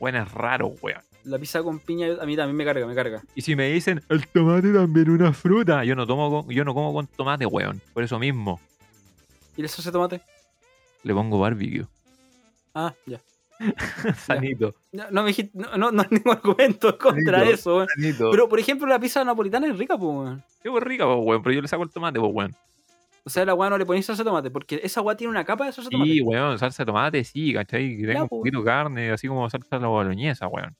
Speaker 1: Weón es raro, weón.
Speaker 2: La pizza con piña a mí también me carga, me carga.
Speaker 1: Y si me dicen, el tomate también una fruta, yo no tomo con- yo no como con tomate, weón. Por eso mismo,
Speaker 2: ¿Y la salsa de tomate?
Speaker 1: le pongo barbecue.
Speaker 2: Ah, ya.
Speaker 1: sanito,
Speaker 2: Ya, No, me dijiste, no, no, no hay ningún argumento contra
Speaker 1: Rico.
Speaker 2: eso, weón.
Speaker 1: sanito. Pero,
Speaker 2: Pero, por ejemplo, la pizza napolitana es rica, pues, weón.
Speaker 1: qué rica, po, weón, pero yo le saco el tomate, po, weón.
Speaker 2: O sea, la weá no le ponéis salsa de tomate, porque esa weá tiene una capa de salsa de tomate.
Speaker 1: Sí, weón, salsa de tomate, sí, ¿cachai? Que tenga
Speaker 2: Ya,
Speaker 1: un
Speaker 2: po.
Speaker 1: poquito de carne, así como salsa a la boloñesa, weón.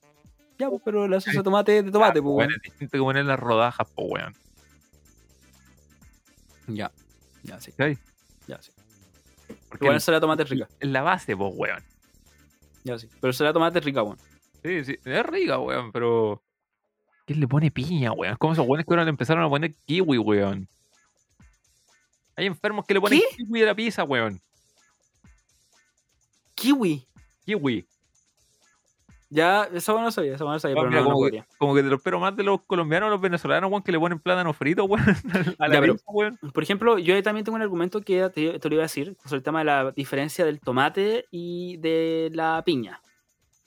Speaker 2: Ya, pues, pero la salsa de tomate es de tomate,
Speaker 1: Ah,
Speaker 2: pues,
Speaker 1: weón,
Speaker 2: weón.
Speaker 1: es distinto que poner las rodajas, po, weón.
Speaker 2: Ya. Ya, sí.
Speaker 1: ¿Cachai?
Speaker 2: Ya, sí.
Speaker 1: Porque
Speaker 2: Igual la
Speaker 1: el-
Speaker 2: salsa de tomate es rica.
Speaker 1: es la base, po, weón.
Speaker 2: Ya, sí. Pero la salsa de tomate es rica, weón.
Speaker 1: Sí, sí, es rica, weón, pero... ¿Quién le pone piña, weón? Es como esos weones que ahora le empezaron a poner kiwi, weón. Hay enfermos que le ponen
Speaker 2: ¿Qué?
Speaker 1: kiwi a la pizza, weón.
Speaker 2: Kiwi.
Speaker 1: Kiwi.
Speaker 2: Ya, esa weá no sabía, esa weá no sabía,
Speaker 1: Ah,
Speaker 2: pero
Speaker 1: mira,
Speaker 2: no, no
Speaker 1: como,
Speaker 2: podría.
Speaker 1: que, como que te lo espero más de los colombianos o los venezolanos, weón, que le ponen plátano frito, weón. A la
Speaker 2: Ya, pero-
Speaker 1: pizza, weón.
Speaker 2: Por ejemplo, yo ahí también tengo un argumento que te, te lo iba a decir sobre el tema de la diferencia del tomate y de la piña.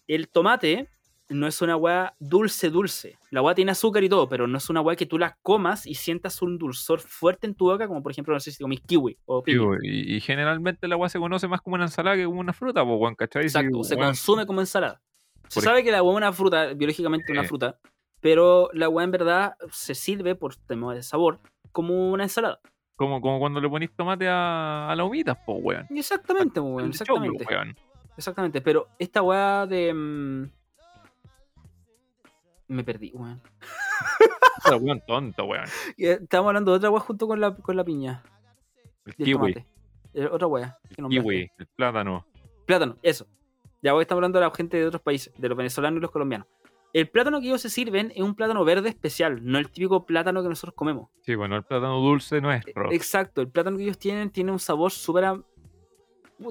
Speaker 2: El tomate no es una agua dulce, dulce. La agua tiene azúcar y todo, pero no es una agua que tú la comas y sientas un dulzor fuerte en tu boca, como por ejemplo, no sé si comís kiwi o piña.
Speaker 1: y, y generalmente la agua se conoce más como una ensalada que como una fruta, po, weón, ¿cachai? Si,
Speaker 2: Exacto, se
Speaker 1: weón,
Speaker 2: consume como ensalada. Se
Speaker 1: Por Eh.
Speaker 2: sabe que la agua es una fruta, biológicamente una
Speaker 1: Sí.
Speaker 2: fruta, pero la agua en verdad se sirve por tema de sabor como una ensalada.
Speaker 1: Como, como cuando le ponís tomate a, a las humitas, po, weón.
Speaker 2: Exactamente, muy
Speaker 1: Ah, El choclo,
Speaker 2: exactamente.
Speaker 1: weón.
Speaker 2: Exactamente, pero esta weá de. mm, Me perdí, weón.
Speaker 1: Puta, weón, tonto, weón.
Speaker 2: Y, eh, Estábamos hablando de otra weá junto con la, con la piña.
Speaker 1: El
Speaker 2: Y el
Speaker 1: kiwi,
Speaker 2: tomate. Eh, otra weá. que
Speaker 1: el
Speaker 2: nombraste.
Speaker 1: kiwi, el plátano.
Speaker 2: Plátano, eso. Ya hoy estamos hablando de la gente de otros países, de los venezolanos y los colombianos. El plátano que ellos se sirven es un plátano verde especial, no el típico plátano que nosotros comemos.
Speaker 1: Sí, bueno, el plátano dulce
Speaker 2: Eh,
Speaker 1: nuestro.
Speaker 2: Exacto, el plátano que ellos tienen tiene un sabor súper. a-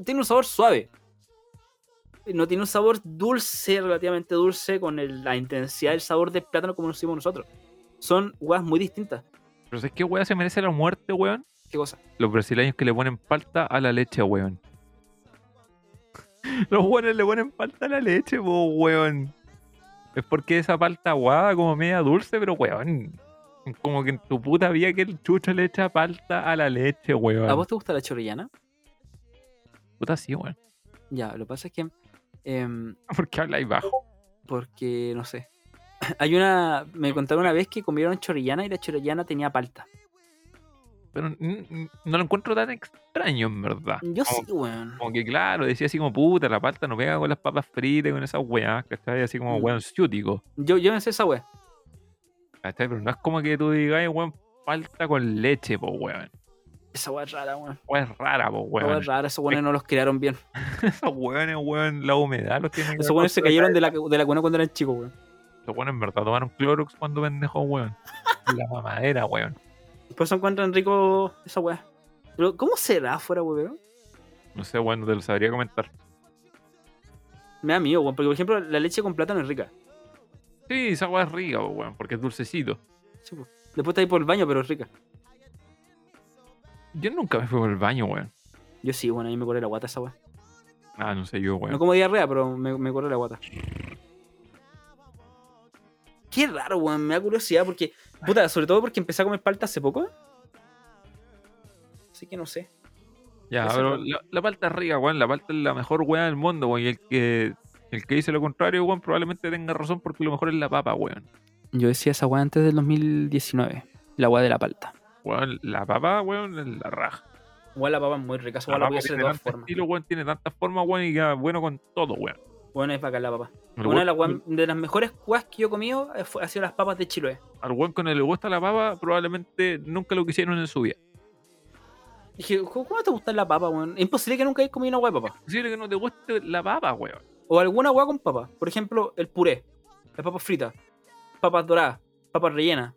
Speaker 2: Tiene un sabor suave. no tiene un sabor dulce, relativamente dulce, con el- la intensidad del sabor del plátano como lo hicimos nosotros. Son huevas muy distintas.
Speaker 1: Pero ¿sabes qué weá se merece la muerte, weón?
Speaker 2: ¿Qué cosa?
Speaker 1: Los brasileños que le ponen palta a la leche, weón. Los buenos le ponen palta a la leche, po, weón. Es porque esa palta aguada, como media dulce, pero weón. Como que en tu puta vida que el chucho le echa palta a la leche, weón.
Speaker 2: ¿A vos te gusta la chorrillana?
Speaker 1: Puta sí, weón.
Speaker 2: Ya, lo que pasa es que. em,
Speaker 1: ¿Por qué habláis bajo?
Speaker 2: porque, no sé. Hay una. Me contaron una vez que comieron chorrillana y la chorrillana tenía palta.
Speaker 1: Pero mm, mm, no lo encuentro tan extraño, en verdad.
Speaker 2: Yo
Speaker 1: Como-
Speaker 2: sí, weón.
Speaker 1: Como que claro, decía así como puta, la palta no pega con las papas fritas, con esas weas, ¿cachai? Así como
Speaker 2: Mm.
Speaker 1: weón ciútico,
Speaker 2: Yo, yo pensé esa wea.
Speaker 1: ¿cachai? Pero no es como que tú digas, weón, palta con leche, po weón.
Speaker 2: Esa wea es rara, weón.
Speaker 1: Wea es rara, po
Speaker 2: Esa wea
Speaker 1: weón.
Speaker 2: es rara, esos weones no los crearon bien.
Speaker 1: Esos weones, weón, la humedad los tienen.
Speaker 2: Esos weones se cayeron de la, de la cuna cuando eran chicos, weón.
Speaker 1: Esos weones en verdad tomaron Clorox cuando pendejos, weón. La mamadera, weón.
Speaker 2: Por eso encuentran rico esa wea. Pero, ¿cómo será afuera, weón?
Speaker 1: No sé, weón, no te lo sabría comentar.
Speaker 2: Me da miedo, weón. Porque, por ejemplo, la leche con plátano es rica.
Speaker 1: Sí, esa wea es rica, po weón, porque es dulcecito.
Speaker 2: Sí, po. Después está ahí por el baño, pero es rica.
Speaker 1: Yo nunca me fui por el baño, weón.
Speaker 2: Yo sí, bueno, a mí me corre la guata esa wea.
Speaker 1: Ah, no sé yo,
Speaker 2: No
Speaker 1: weón.
Speaker 2: como diarrea, pero me, me corre la guata. Qué raro, weón. Me da curiosidad porque. Puta, sobre todo porque empecé a comer palta hace poco. Así que no sé.
Speaker 1: Ya,
Speaker 2: Ese
Speaker 1: pero
Speaker 2: fue-
Speaker 1: la, la palta es rica, weón. La palta es la mejor weá del mundo, weón. Y el que, el que dice lo contrario, weón, probablemente tenga razón porque lo mejor es la papa, weón.
Speaker 2: Yo decía esa weá antes del 2019. La weá de la palta.
Speaker 1: Weón, la papa, weón, es la raja.
Speaker 2: Weá la papa es muy rica. Esa
Speaker 1: La
Speaker 2: weá la
Speaker 1: papa
Speaker 2: voy
Speaker 1: Ah,
Speaker 2: a hacer
Speaker 1: pues, tiene
Speaker 2: de todas
Speaker 1: tantos
Speaker 2: formas.
Speaker 1: estilos, weón, tiene tantas formas, weón, y queda bueno con todo, weón.
Speaker 2: Bueno, es bacán la papa.
Speaker 1: Al
Speaker 2: Una de
Speaker 1: weón,
Speaker 2: las, guan- de las mejores cuas que yo he comido eh, fue- ha sido las papas de Chiloé.
Speaker 1: al weón con el que le gusta la papa, probablemente nunca lo quisieron en su vida.
Speaker 2: Dije, "Jo, ¿cómo te gusta la papa, weón? Es imposible que nunca hayas comido una hueá de papa.
Speaker 1: Es posible que no te guste la papa, weón.
Speaker 2: O alguna hueá con papa. Por ejemplo, el puré, las papas fritas, papas doradas, papas rellenas.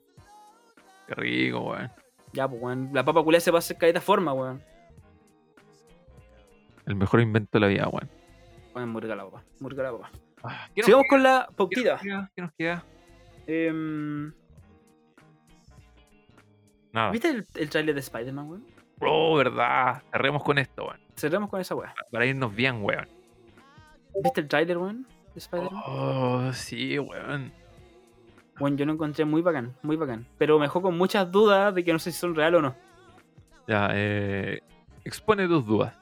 Speaker 1: Qué rico, weón.
Speaker 2: Ya, pues, weón. La papa culé se va a hacer caleta forma, weón.
Speaker 1: El mejor invento de la vida, weón.
Speaker 2: Weón, muy rica la papa. Muy rica la papa.
Speaker 1: Ah, ¿Qué nos,
Speaker 2: Sigamos con la
Speaker 1: qué nos
Speaker 2: pautita.
Speaker 1: queda? ¿Qué nos queda?
Speaker 2: Em,
Speaker 1: Nada.
Speaker 2: ¿Viste el, el trailer de Spider-Man, weón?
Speaker 1: Oh, verdad. Cerremos con esto, weón.
Speaker 2: Cerramos con esa weá.
Speaker 1: Para irnos bien, weón.
Speaker 2: ¿Viste el trailer, weón? De Spider-Man.
Speaker 1: Oh, sí, weón.
Speaker 2: Weón, yo lo encontré muy bacán, muy bacán. Pero me dejó con muchas dudas de que no sé si son real o no.
Speaker 1: Ya, eh, expone tus dudas.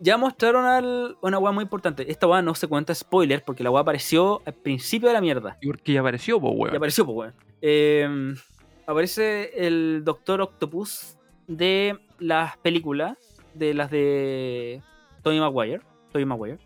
Speaker 2: ya mostraron al, una weá muy importante. Esta weá no se cuenta spoiler porque la weá apareció al principio de la mierda.
Speaker 1: ¿Y por qué ya apareció, po,
Speaker 2: Y
Speaker 1: weón?
Speaker 2: apareció, pues weón. Eh, aparece el Doctor Octopus de las películas, de las de Tobey Maguire. Tobey Maguire,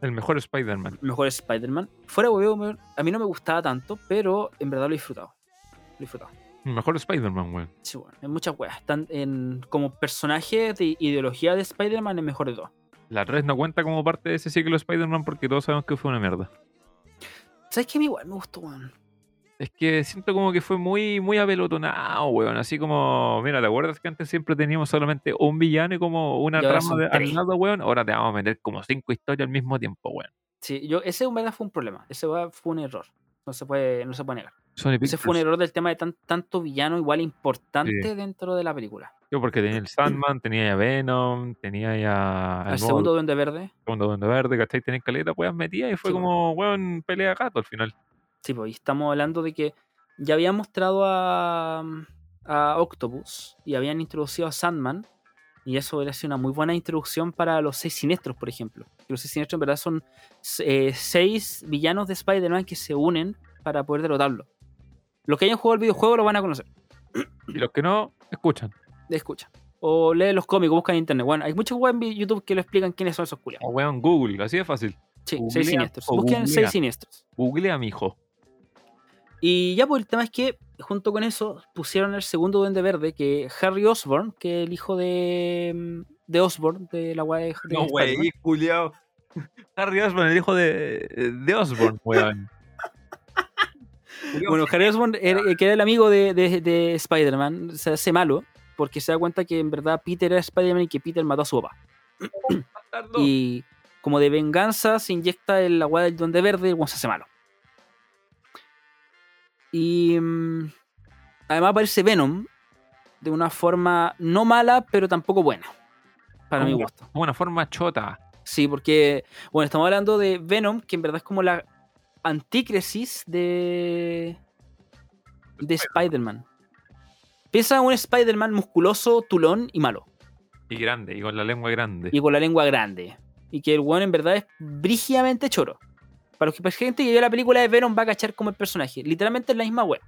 Speaker 1: El mejor Spider-Man.
Speaker 2: mejor Spider-Man. Fuera huevo, weón, a mí no me gustaba tanto, pero en verdad lo he disfrutado. Lo he disfrutado.
Speaker 1: El mejor Spider-Man, weón.
Speaker 2: Sí, bueno, en muchas weas. Están en, como personaje de ideología de Spider-Man, el mejor de dos.
Speaker 1: La 3 no cuenta como parte de ese ciclo de Spider-Man porque todos sabemos que fue una mierda.
Speaker 2: ¿Sabes qué? A mí igual me gustó, weón.
Speaker 1: Es que siento como que fue muy, muy apelotonado, weón. Así como, mira, ¿te acuerdas que antes siempre teníamos solamente un villano y como una
Speaker 2: Y ahora
Speaker 1: trama
Speaker 2: son
Speaker 1: de, al
Speaker 2: tres.
Speaker 1: lado, weón? Ahora te vamos a meter como cinco historias al mismo tiempo, weón.
Speaker 2: Sí, yo, ese en verdad fue un problema. Ese va- fue un error. No se puede, no se puede negar.
Speaker 1: Sony
Speaker 2: Ese fue un
Speaker 1: Pictures.
Speaker 2: error del tema de tan- tanto villano igual importante dentro de la película.
Speaker 1: Yo porque tenía el Sandman, tenía ya Venom, tenía ya el
Speaker 2: Al
Speaker 1: nuevo
Speaker 2: segundo Duende Verde.
Speaker 1: segundo Duende Verde, ¿cachai? Tenés caleta, weón, metía y fue
Speaker 2: Sí,
Speaker 1: como, weón, pelea gato al final.
Speaker 2: Sí, pues y estamos hablando de que ya habían mostrado a, a Octopus y habían introducido a Sandman. Y eso hubiera sido una muy buena introducción para los seis siniestros, por ejemplo. Que Los seis siniestros en verdad son eh, seis villanos de Spider-Man que se unen para poder derrotarlo. Los que hayan jugado el videojuego lo van a conocer.
Speaker 1: Y los que no, escuchan.
Speaker 2: escucha. O lee los cómics, busca en internet. Bueno, hay muchos web en YouTube que lo explican quiénes son esos culiados.
Speaker 1: O weón, Google, así de fácil.
Speaker 2: Sí,
Speaker 1: googlea
Speaker 2: seis siniestros.
Speaker 1: o
Speaker 2: Busquen
Speaker 1: googlea.
Speaker 2: seis siniestros.
Speaker 1: Googlea, mijo.
Speaker 2: Y ya por el tema es que, junto con eso, pusieron el segundo duende verde, que Harry Osborn, que es el hijo de, mm, de Osborn, de la weá de de Spider-Man.
Speaker 1: culiao. Harry Osborn, el hijo de, de Osborn, weón.
Speaker 2: Bueno, Harry Osborn, era- que era el amigo de, de- de Spider-Man, se hace malo, porque se da cuenta que en verdad Peter era Spider-Man y que Peter mató a su papá. Y como de venganza, se inyecta el agua del duende verde y el weón se hace malo. Y mm, además aparece Venom de una forma no mala, pero tampoco buena. Para mi
Speaker 1: Como-
Speaker 2: gusto.
Speaker 1: como una forma chota.
Speaker 2: Sí, porque, bueno, estamos hablando de Venom, que en verdad es como la antícresis de, de Spider-Man. Piensa en un Spider-Man musculoso, tulón y malo,
Speaker 1: Y grande, y con la lengua grande.
Speaker 2: y con la lengua grande. Y que el weón en verdad es brígidamente choro. Para los que para gente que vio la película de Venom va a cachar como el personaje. Literalmente es la misma web.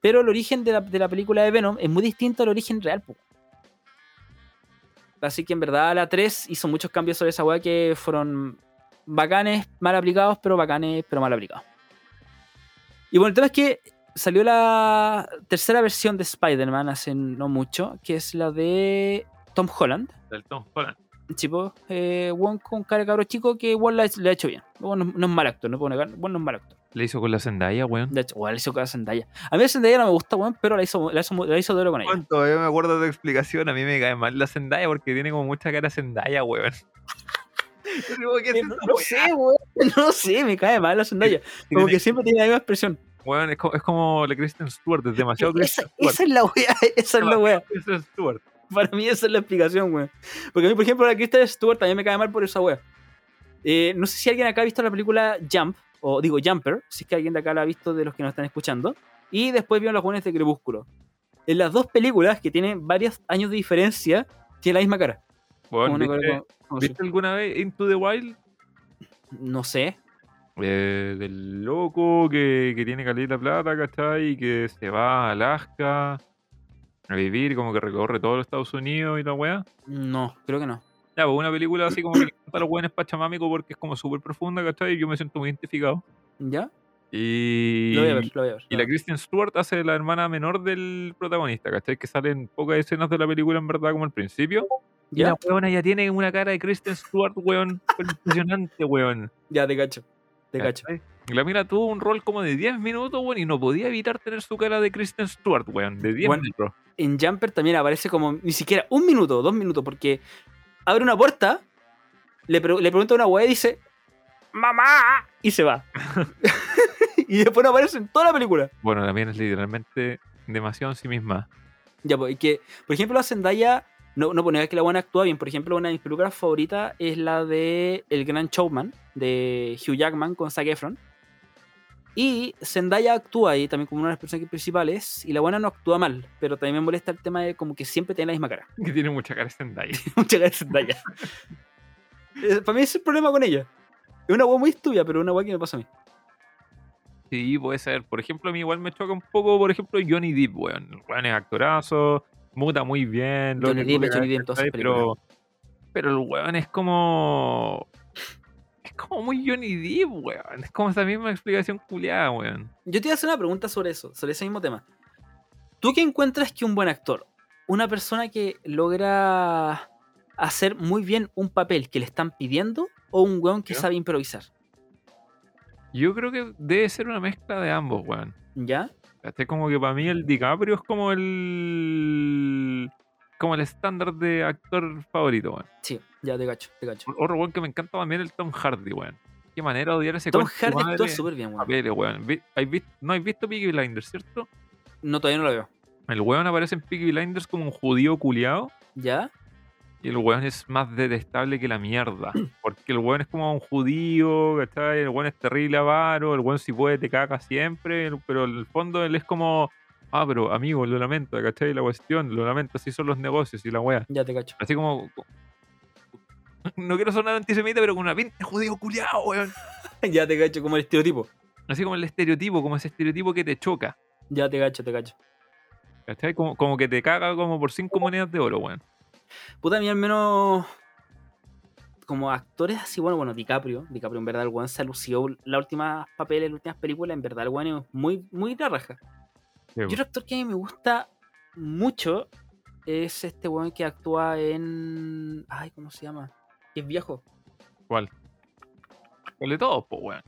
Speaker 2: Pero el origen de la, de la película de Venom es muy distinto al origen real. po. Así que en verdad la 3 hizo muchos cambios sobre esa weá que fueron bacanes, mal aplicados, pero bacanes, pero mal aplicados. Y bueno, el tema es que salió la tercera versión de Spider-Man hace no mucho, que es la de Tom Holland.
Speaker 1: Del Tom Holland.
Speaker 2: Tipo, eh, Wong con cara de cabro chico que Wong la- le ha hecho bien. Wong no, no es mal actor, no puedo negar. Wong no es mal actor.
Speaker 1: Le hizo con la Zendaya, weón.
Speaker 2: De hecho, Wong le hizo cara a Zendaya. A mí Zendaya no me gusta, Wong, pero la hizo, la hizo, la hizo duro con ella.
Speaker 1: Bueno, todavía me acuerdo de tu explicación. A mí me cae mal la Zendaya porque tiene como mucha cara Zendaya, weón. Yo digo, ¿qué es
Speaker 2: Eh, No,
Speaker 1: esa
Speaker 2: no
Speaker 1: weá?
Speaker 2: sé, weón. No sé, me cae mal la Zendaya. Como que siempre tiene la misma expresión.
Speaker 1: Weón, es, co- es como la Kristen Stewart, es demasiado
Speaker 2: Esa,
Speaker 1: Kristen Stewart.
Speaker 2: esa es la wea, esa es la wea.
Speaker 1: Kristen Stewart.
Speaker 2: Para mí esa es la explicación, weón. Porque a mí, por ejemplo, la Kristen Stewart también me cae mal por esa wea. Eh, no sé si alguien acá ha visto la película Jump, o digo Jumper, si es que alguien de acá la ha visto de los que nos están escuchando. Y después vieron los jóvenes de Crepúsculo. En las dos películas, que tienen varios años de diferencia, tiene la misma cara.
Speaker 1: Weón,
Speaker 2: Como una
Speaker 1: ¿viste,
Speaker 2: cara como- como-
Speaker 1: viste alguna vez Into the Wild?
Speaker 2: No sé.
Speaker 1: Eh, del loco que, que tiene caleta plata, ¿cachai? Y que se va a Alaska a vivir, como que recorre todos los Estados Unidos y la weá.
Speaker 2: No, creo que no.
Speaker 1: Ya, pues una película así como que le encanta a los weones pachamámicos porque es como súper profunda, ¿cachai? Yo me siento muy identificado.
Speaker 2: ¿Ya?
Speaker 1: Y,
Speaker 2: Lo voy a ver, lo voy a ver.
Speaker 1: y la Kristen Stewart hace de la hermana menor del protagonista, ¿cachai? Que salen pocas escenas de la película en verdad como al principio. Y
Speaker 2: ¿Ya?
Speaker 1: la weona ya tiene una cara de Kristen Stewart, weón. pero Impresionante, weón.
Speaker 2: ya, te cacho. Te cacho.
Speaker 1: ¿Cachai? La mina tuvo un rol como de 10 minutos, weón, y no podía evitar tener su cara de Kristen Stewart, weón, de 10
Speaker 2: Bueno.
Speaker 1: minutos.
Speaker 2: en Jumper también aparece como ni siquiera un minuto, dos minutos, porque abre una puerta, le, pre- le pregunta a una weá y dice, ¡Mamá! Y se va. y después no aparece en toda la película.
Speaker 1: Bueno, la mina es literalmente demasiado en sí misma.
Speaker 2: Ya, pues, y que, por ejemplo, la Zendaya, no, pues, no poner que la buena actúa bien. Por ejemplo, una de mis películas favoritas es la de El Gran Showman, de Hugh Jackman con Zac Efron. Y Zendaya actúa ahí también como una de las personas principales, y la buena no actúa mal, pero también me molesta el tema de como que siempre tiene la misma cara.
Speaker 1: Que tiene mucha cara Zendaya.
Speaker 2: mucha gracias, Zendaya. Eh, Para mí ese es el problema con ella. Es una weá muy estúpida, pero una weá que me pasa a mí.
Speaker 1: Sí, puede ser. Por ejemplo, a mí igual me choca un poco, por ejemplo, Johnny Depp, weón. El Weón es actorazo, muta muy bien. lo
Speaker 2: Johnny
Speaker 1: que
Speaker 2: Depp
Speaker 1: tú
Speaker 2: es Johnny
Speaker 1: quieras,
Speaker 2: Depp en todas sus
Speaker 1: ¿cachai? pero, pero el weón es como... Es como muy Johnny Depp, weón. Es como esa misma explicación culiada, weón.
Speaker 2: Yo te iba a hacer una pregunta sobre eso, sobre ese mismo tema. ¿Tú qué encuentras que un buen actor, una persona que logra hacer muy bien un papel que le están pidiendo o un weón que
Speaker 1: ¿Ya?
Speaker 2: sabe improvisar?
Speaker 1: Yo creo que debe ser una mezcla de ambos, weón.
Speaker 2: ¿Ya?
Speaker 1: Este como que para mí el DiCaprio es como el como el estándar de actor favorito, weón.
Speaker 2: Sí, ya te cacho, te cacho.
Speaker 1: Otro weón que me encanta también el Tom Hardy, weón. Qué manera de odiar a ese
Speaker 2: Tom
Speaker 1: conche tu
Speaker 2: Hardy actúa
Speaker 1: madre
Speaker 2: súper bien,
Speaker 1: en
Speaker 2: weón.
Speaker 1: papeles, weón. Vi- ¿hay vis- no has visto Peaky Blinders, ¿cierto?
Speaker 2: No, todavía no lo veo.
Speaker 1: El weón aparece en Peaky Blinders como un judío culiado
Speaker 2: ¿Ya?
Speaker 1: y el weón es más detestable que la mierda. Porque el weón es como un judío, ¿cachai? El weón es terrible avaro, el weón si puede te caga siempre, el- pero en el fondo él es como, ah, pero amigo, lo lamento, ¿cachai? La cuestión, lo lamento, así son los negocios y la wea.
Speaker 2: Ya te cacho.
Speaker 1: Así como... co- No quiero sonar antisemita, pero con una pinta de judío culiao, weón.
Speaker 2: ya te cacho, como el estereotipo.
Speaker 1: Así como el estereotipo, como ese estereotipo que te choca,
Speaker 2: Ya te cacho, te cacho.
Speaker 1: ¿cachai? Como, como que te caga como por cinco monedas de oro, weón.
Speaker 2: Puta, a mí al menos. Como actores así, bueno, bueno, DiCaprio. DiCaprio, en verdad, el weón se lució las últimas papeles, las últimas películas. En verdad, el weón es muy, muy la raja.
Speaker 1: Sí,
Speaker 2: Y otro actor que a mí me gusta mucho es este weón que actúa en. Ay, ¿cómo se llama? Que es viejo.
Speaker 1: ¿Cuál? El de todos, pues, weón.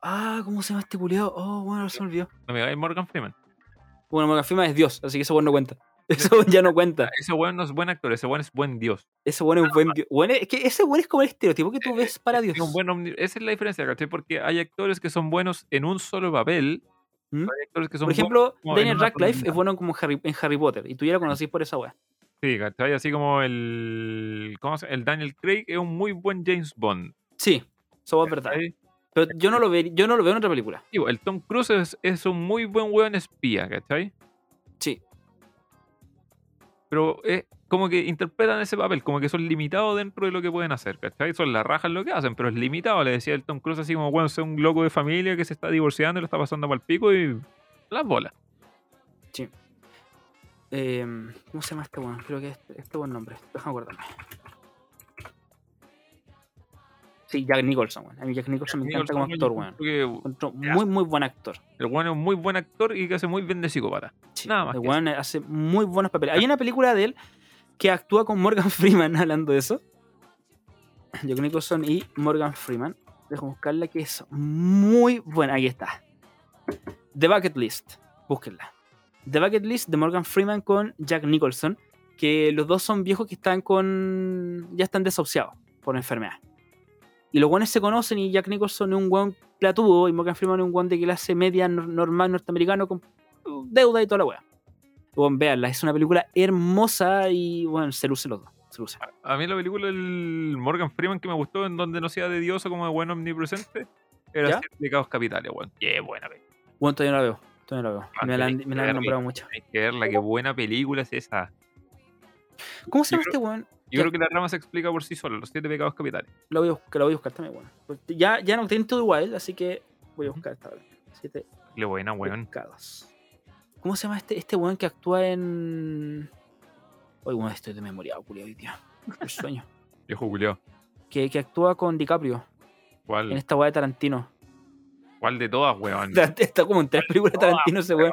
Speaker 2: Ah, ¿cómo se llama este culiado? Oh, bueno, ahora se me olvidó.
Speaker 1: No me digáis Morgan Freeman.
Speaker 2: Bueno, Morgan Freeman es Dios, así que ese weón no cuenta. Eso ya no cuenta.
Speaker 1: Ese weón no es buen actor, ese weón es buen dios.
Speaker 2: Ese bueno es un buen dios. Bueno, es que ese bueno es como el estereotipo que tú ves para Dios.
Speaker 1: Tiene un buen omni- Esa es la diferencia, ¿cachai? Porque hay actores que son buenos en un solo papel.
Speaker 2: ¿Mm?
Speaker 1: Hay actores que son
Speaker 2: Por ejemplo,
Speaker 1: como en
Speaker 2: Daniel
Speaker 1: una
Speaker 2: Radcliffe
Speaker 1: tonalidad.
Speaker 2: es bueno como Harry- en Harry Potter. Y tú ya lo conocís por esa wea.
Speaker 1: buenos. Sí, ¿cachai? Así como el. ¿Cómo se llama? El Daniel Craig es un muy buen James Bond.
Speaker 2: Sí, eso es verdad.
Speaker 1: ¿cachai?
Speaker 2: Pero yo no lo, ve, yo no lo veo en otra película.
Speaker 1: Digo, El Tom Cruise es, es un muy buen weón espía, ¿cachai?
Speaker 2: Sí.
Speaker 1: Pero es como que interpretan ese papel, como que son limitados dentro de lo que pueden hacer, ¿cachai? Son las rajas lo que hacen, pero es limitado. Le decía el Tom Cruise así como, bueno, soy un loco de familia que se está divorciando y lo está pasando mal pico y las bolas.
Speaker 2: Eh, ¿Cómo se llama este weón? Creo que es este, este buen nombre. Déjame acordarme. Sí, Jack Nicholson, weón. A mí Jack Nicholson me encanta como actor, weón.
Speaker 1: Porque
Speaker 2: Encuentro
Speaker 1: Ya.
Speaker 2: muy, muy buen actor.
Speaker 1: El weón es un muy buen actor y que hace muy bien de psicópata.
Speaker 2: Sí,
Speaker 1: Nada más
Speaker 2: el
Speaker 1: que Ah.
Speaker 2: weón hace muy buenos papeles. Hay una película de él que actúa con Morgan Freeman hablando de eso. Jack Nicholson y Morgan Freeman. Dejo buscarla que es muy buena. Ahí está. The Bucket List. Búsquenla. The Bucket List de Morgan Freeman con Jack Nicholson. Que los dos son viejos que están con. ya están desahuciados por enfermedad. Y los guanes se conocen y Jack Nicholson es un guan platudo y Morgan Freeman es un guan de clase media nor- normal norteamericano con deuda y toda la wea. Bueno, veanla, es una película hermosa y bueno, se luce los dos. Se luce.
Speaker 1: A mí la película del Morgan Freeman que me gustó, en donde no sea de diosa como de buen omnipresente, era
Speaker 2: ¿Ya?
Speaker 1: Siete Pecados Capitales, weón. Qué buena película.
Speaker 2: Bueno, todavía no la veo. Todavía no la veo.
Speaker 1: Ah,
Speaker 2: Me la, han,
Speaker 1: tenés
Speaker 2: me
Speaker 1: que
Speaker 2: la han
Speaker 1: verla.
Speaker 2: nombrado mucho.
Speaker 1: Hay que verla, qué buena película es esa.
Speaker 2: ¿Cómo se
Speaker 1: Yo
Speaker 2: llama este weón?
Speaker 1: Yo
Speaker 2: Ya.
Speaker 1: creo que la rama se explica por sí sola, los siete pecados capitales.
Speaker 2: Lo voy a buscar, la voy a buscar también, weón. Porque Ya, ya no tienen todo igual, así que voy a buscar esta vez. Siete
Speaker 1: Qué buena, weón.
Speaker 2: pecados. ¿Cómo se llama este, este weón que actúa en. Hoy, bueno, estoy de memoria, culiao, hoy día. El sueño.
Speaker 1: Viejo Julio.
Speaker 2: Que, que actúa con DiCaprio en
Speaker 1: ¿Cuál,
Speaker 2: esta weá de Tarantino.
Speaker 1: ¿Cuál de todas, weón?
Speaker 2: Está como en tres películas de Tarantino ese weón.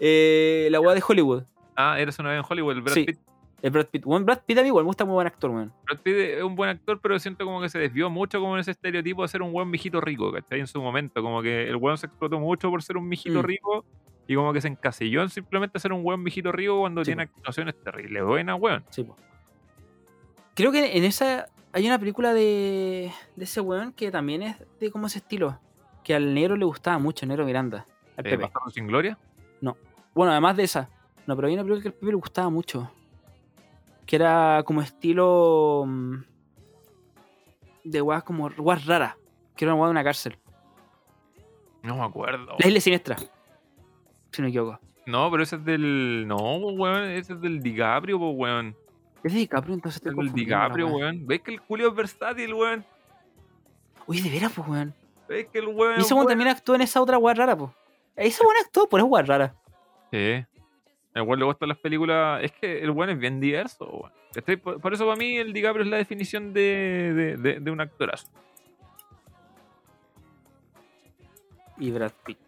Speaker 2: Eh, la weá de Hollywood.
Speaker 1: Ah, eres una vez en Hollywood. el Brad,
Speaker 2: Sí.
Speaker 1: Pitt.
Speaker 2: El Brad Pitt. Bueno, Brad Pitt a mí igual me gusta muy buen actor, weón.
Speaker 1: Brad Pitt es un buen actor, pero siento como que se desvió mucho como en ese estereotipo de ser un buen mijito rico, ¿cachai? En su momento, como que el weón se explotó mucho por ser un mijito
Speaker 2: Mm.
Speaker 1: rico y como que se encasilló en simplemente ser un buen mijito rico cuando
Speaker 2: Sí,
Speaker 1: tiene actuaciones terribles. Buena, weón.
Speaker 2: Sí, po. Creo que en esa hay una película de, de ese weón que también es de como ese estilo. Que al negro le gustaba mucho, el negro Miranda. Al
Speaker 1: Eh,
Speaker 2: Pepe.
Speaker 1: Bastardos sin gloria.
Speaker 2: Bueno, además de esa. No, pero hay una película que al Pepe le gustaba mucho. Que era como estilo. mm, De weas como. Weas raras. Que era una wea de una cárcel.
Speaker 1: No me acuerdo.
Speaker 2: La isla siniestra. Si no me equivoco.
Speaker 1: No, pero ese es del. No, weón. Ese es del DiCaprio, po, weón.
Speaker 2: ¿Es de DiCaprio? Entonces
Speaker 1: Ese
Speaker 2: te
Speaker 1: es del DiCaprio, weón. ¿Ves que el Julio es versátil, weón?
Speaker 2: Oye, de veras, pues, weón.
Speaker 1: ¿Ves que el weón.
Speaker 2: Y ese weón también actuó en esa otra weá rara, po. Ese weón actuó por esa weá rara.
Speaker 1: Sí. El weón le gustan las películas. Es que el weón es bien diverso, weón. Estoy- por, por eso para mí el DiCaprio es la definición de, de, de- de un actorazo.
Speaker 2: Y Brad Pitt.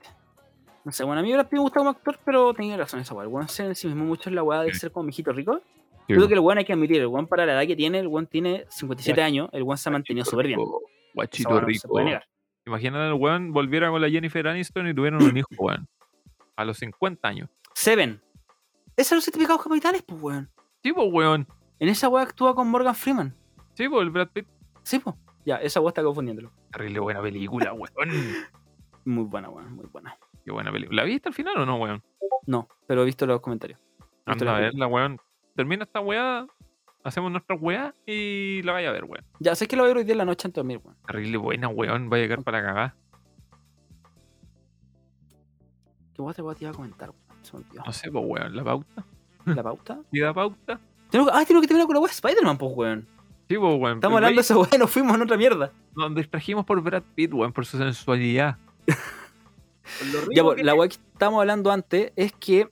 Speaker 2: No sé, bueno, a mí Brad Pitt me gusta como actor, pero tenía razón esa weá. El weón se en sí mismo mucho en la weá de ser como mijito rico. Yo creo que el weón hay que admitir, el weón para la edad que tiene, el weón tiene 57 años, el weón se ha mantenido súper bien. Esa
Speaker 1: Guachito
Speaker 2: weá no se
Speaker 1: rico.
Speaker 2: puede negar.
Speaker 1: Imagínate el weón volviera con la Jennifer Aniston y tuvieran un hijo, weón. A los 50 años.
Speaker 2: Seven. Esos son los siete pecados capitales, pues, weón.
Speaker 1: Sí, po, weón.
Speaker 2: En esa weá actúa con Morgan Freeman.
Speaker 1: Sí, po, el Brad Pitt.
Speaker 2: Sí, pues. Ya, esa weá está confundiéndolo.
Speaker 1: Terrible buena película, weón.
Speaker 2: Muy buena, weón, muy buena.
Speaker 1: Qué buena película. ¿La viste al final o no, weón?
Speaker 2: No, pero he visto los comentarios. He visto
Speaker 1: Anda a
Speaker 2: los-
Speaker 1: verla, weón. Termina esta weá, hacemos nuestra weá y la vaya a ver, weón.
Speaker 2: Ya, sé que lo voy a ver hoy día en la noche antes de dormir, weón.
Speaker 1: Terrible buena, weón. Va a llegar para cagar.
Speaker 2: ¿Qué weá te weá te iba a comentar, weón? Se me olvidó.
Speaker 1: No sé, pues, weón. La pauta.
Speaker 2: ¿La pauta?
Speaker 1: ¿Y da pauta?
Speaker 2: Tengo que- ah, tengo que terminar con la weá de Spider-Man, pues, weón.
Speaker 1: Sí, pues, weón.
Speaker 2: Estamos hablando de esa weá y nos fuimos en otra mierda.
Speaker 1: Nos distrajimos por Brad Pitt, weón, por su sensualidad. Por lo rico
Speaker 2: Ya, pues,
Speaker 1: que
Speaker 2: la
Speaker 1: es.
Speaker 2: weá que estábamos hablando antes es que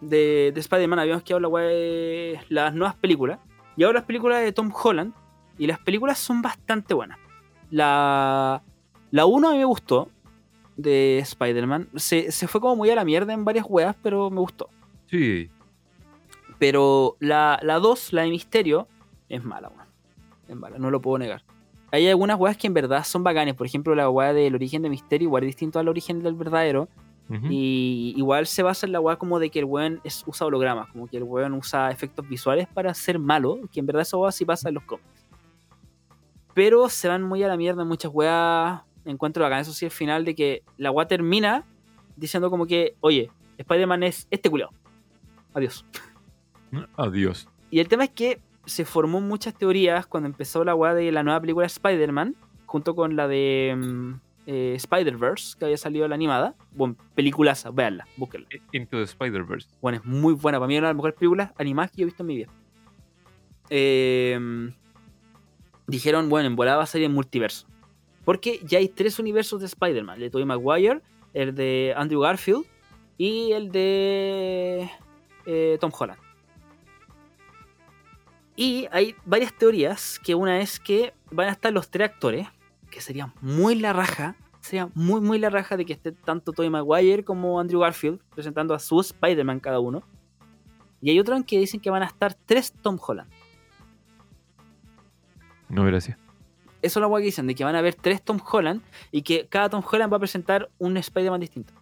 Speaker 2: de, de Spider-Man habíamos quedado la weá de las nuevas películas. Y ahora las películas de Tom Holland. Y las películas son bastante buenas. La, la 1 a mí me gustó de Spider-Man. Se, se fue como muy a la mierda en varias weas, pero me gustó.
Speaker 1: Sí.
Speaker 2: Pero la 2, la, de Misterio, es mala, weón. Es mala, no lo puedo negar. Hay algunas weas que en verdad son bacanes. Por ejemplo, la wea del origen de Misterio igual es distinto al origen del verdadero.
Speaker 1: Ujú.
Speaker 2: Y igual se basa en la weá como de que el weón es- usa hologramas, como que el weón usa efectos visuales para ser malo, que en verdad esa weá sí pasa en los cómics. Pero se van muy a la mierda en muchas weas. Encuentro bacán, eso sí, el final de que la weá termina diciendo como que, oye, Spider-Man es este culiao. Adiós.
Speaker 1: Adiós.
Speaker 2: Y el tema es que se formó muchas teorías cuando empezó la weá de la nueva película de Spider-Man, junto con la de mm, eh, Spider-Verse, que había salido la animada. Bueno, peliculaza, véanla, búsquenla.
Speaker 1: Into the Spider-Verse.
Speaker 2: Bueno, es muy buena. Para mí es una de las mejores películas animadas que yo he visto en mi vida. Eh, dijeron, bueno, en volada va a salir en multiverso. Porque ya hay tres universos de Spider-Man. El de Tobey Maguire, el de Andrew Garfield y el de eh, Tom Holland. Y hay varias teorías, que una es que van a estar los tres actores, que sería muy la raja, sería muy muy la raja de que esté tanto Tobey Maguire como Andrew Garfield presentando a su Spider-Man cada uno. Y hay otro en que dicen que van a estar tres Tom Holland.
Speaker 1: No, gracias.
Speaker 2: Eso es lo que dicen, de que van a haber tres Tom Holland y que cada Tom Holland va a presentar un Spider-Man distinto.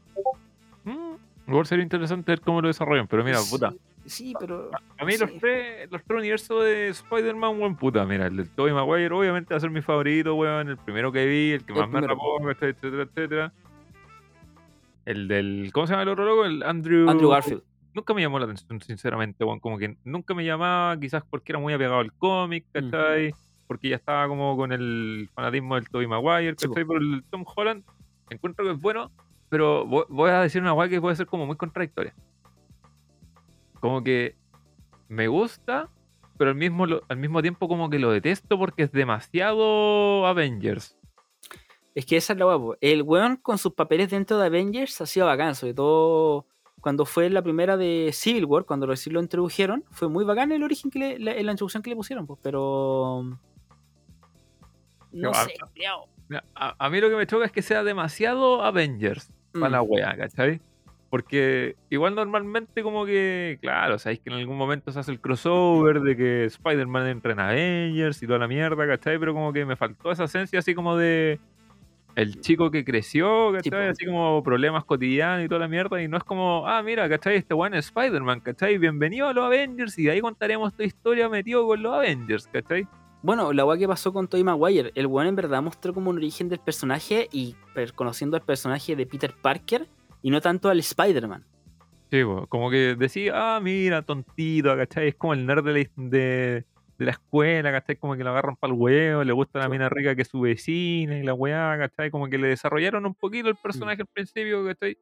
Speaker 1: Mm, Igual sería interesante ver cómo lo desarrollan, pero mira,
Speaker 2: Sí,
Speaker 1: puta.
Speaker 2: Sí, pero...
Speaker 1: A mí los,
Speaker 2: Sí.
Speaker 1: tres, los tres universos de Spider-Man, buen puta. Mira, el de Tobey Maguire obviamente va a ser mi favorito, weón. El primero que vi, el que
Speaker 2: El
Speaker 1: más me
Speaker 2: primero.
Speaker 1: rapó, etcétera, etcétera, etcétera. El del... ¿Cómo se llama el otro loco? El Andrew...
Speaker 2: Andrew Garfield.
Speaker 1: Nunca me llamó la atención, sinceramente, weón. Como que nunca me llamaba, quizás porque era muy apegado al cómic, ¿cachai? Porque ya estaba como con el fanatismo del Tobey Maguire,
Speaker 2: Sí,
Speaker 1: ¿cachai? Pero el Tom Holland encuentro que es bueno, pero vo- voy a decir una guay que puede ser como muy contradictoria. Como que me gusta, pero al mismo, lo- al mismo tiempo como que lo detesto porque es demasiado Avengers.
Speaker 2: Es que esa es la guapo. El weón con sus papeles dentro de Avengers ha sido bacán, sobre todo cuando fue la primera de Civil War, cuando recién lo introdujeron, fue muy bacán el origen que le, la, la introducción que le pusieron, pues, pero. No
Speaker 1: Qué
Speaker 2: sé,
Speaker 1: bacán.
Speaker 2: culiao.
Speaker 1: Mira, A, a mí lo que me choca es que sea demasiado Avengers. para la
Speaker 2: Mm,
Speaker 1: wea, ¿cachai? Porque igual normalmente como que, claro, sabéis que en algún momento se hace el crossover de que Spider-Man entra en Avengers y toda la mierda, ¿cachai? Pero como que me faltó esa esencia así como de el chico que creció, ¿cachai?
Speaker 2: Sí, po.
Speaker 1: Así como problemas cotidianos y toda la mierda. Y no es como, ah, mira, ¿cachai? Este weón es Spider-Man, ¿cachai? Bienvenido a los Avengers y de ahí contaremos tu historia metido con los Avengers, ¿cachai?
Speaker 2: Bueno, la weá que pasó con Tobey Maguire, el weón en verdad mostró como un origen del personaje y per- conociendo al personaje de Peter Parker y no tanto al Spider-Man.
Speaker 1: Sí, po, como que decía, ah, mira, tontito, ¿cachai? Es como el nerd de la, de, de la escuela, ¿cachai? Como que lo agarran para el huevo, le gusta la
Speaker 2: Sí.
Speaker 1: mina rica que es su vecina y la weá, ¿cachai? Como que le desarrollaron un poquito
Speaker 2: Mm.
Speaker 1: el personaje al principio, ¿cachai?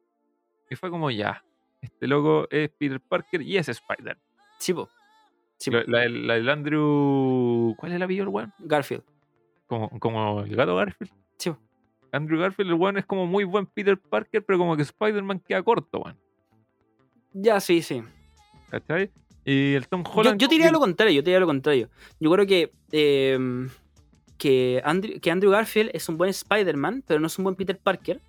Speaker 1: Y fue como ya. Este loco es Peter Parker y es Spider.
Speaker 2: Sí, po. Sí, po.
Speaker 1: La, la, del- la del Andrew. ¿Cuál es la pillo el weón?
Speaker 2: Garfield.
Speaker 1: Como, como el gato Garfield.
Speaker 2: Sí, po.
Speaker 1: Andrew Garfield, el weón es como muy buen Peter Parker, pero como que Spider-Man queda corto, weón.
Speaker 2: Ya, sí, sí.
Speaker 1: ¿Cachai? Y el Tom
Speaker 2: Yo-
Speaker 1: Holland.
Speaker 2: Yo,
Speaker 1: como
Speaker 2: te diría
Speaker 1: que-
Speaker 2: lo contrario, yo te diría lo contrario. Yo creo que, eh, que, Andrew, que Andrew Garfield es un buen Spider-Man, pero no es un buen Peter Parker.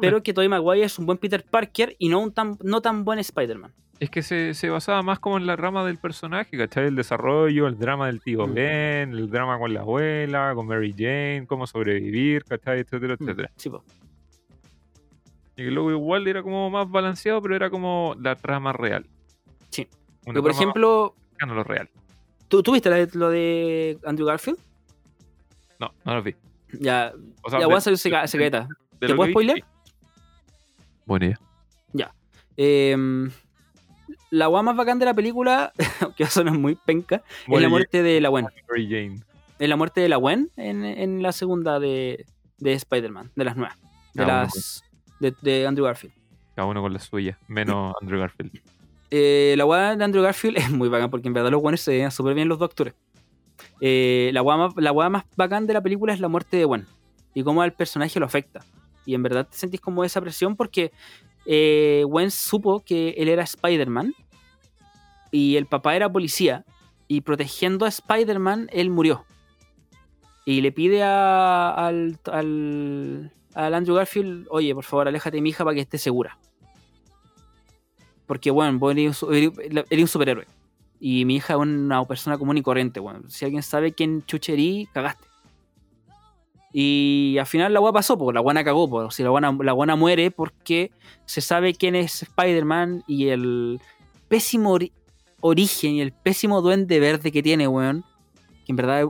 Speaker 2: Pero que Tobey Maguire es un buen Peter Parker y no un tan, no tan buen Spider-Man.
Speaker 1: Es que se, se basaba más como en la rama del personaje, ¿cachai? El desarrollo, el drama del tío
Speaker 2: Mm.
Speaker 1: Ben, el drama con la abuela, con Mary Jane, cómo sobrevivir, ¿cachai? Etcétera,
Speaker 2: Mm,
Speaker 1: etcétera.
Speaker 2: Sí, po.
Speaker 1: Y luego igual era como más balanceado, pero era como la trama real.
Speaker 2: Sí.
Speaker 1: Una
Speaker 2: Pero, por
Speaker 1: trama más
Speaker 2: ejemplo,
Speaker 1: cercana a lo real.
Speaker 2: ¿tú, tú viste la de- lo de Andrew Garfield?
Speaker 1: No, no lo vi.
Speaker 2: Ya,
Speaker 1: O sea,
Speaker 2: ya
Speaker 1: de-
Speaker 2: voy a hacer
Speaker 1: de-
Speaker 2: seca- secreta.
Speaker 1: de
Speaker 2: ¿Te
Speaker 1: lo
Speaker 2: puedo
Speaker 1: que vi,
Speaker 2: spoilear?
Speaker 1: sí. Buena idea.
Speaker 2: Eh, la guay más bacán de la película, que eso no es muy penca, es
Speaker 1: Buena
Speaker 2: la
Speaker 1: idea,
Speaker 2: muerte de la Gwen.
Speaker 1: Mary Jane.
Speaker 2: Es la muerte de la Gwen en, en la segunda de, de Spider-Man, de las nuevas. De
Speaker 1: Ah, bueno,
Speaker 2: las. De, de Andrew Garfield.
Speaker 1: Cada uno con la suya, menos Andrew Garfield.
Speaker 2: Eh, la guada de Andrew Garfield es muy bacán porque en verdad los buenos se veían súper bien los dos actores. Eh, la guada más, la guada más bacán de la película es la muerte de Gwen y cómo al personaje lo afecta. Y en verdad te sentís como esa presión porque eh, Gwen supo que él era Spider-Man y el papá era policía y protegiendo a Spider-Man él murió. Y le pide a- al, al, al Andrew Garfield, oye, por favor, aléjate de mi hija para que esté segura. Porque, bueno, vos eres un, su- eres- la- eres un superhéroe. Y mi hija es una persona común y corriente, bueno. Si alguien sabe quién chucherí, cagaste. Y al final la guana pasó, porque la guana cagó, porque si la guana, la guana muere porque se sabe quién es Spider-Man y el pésimo ori- origen y el pésimo duende verde que tiene, weón. Que en verdad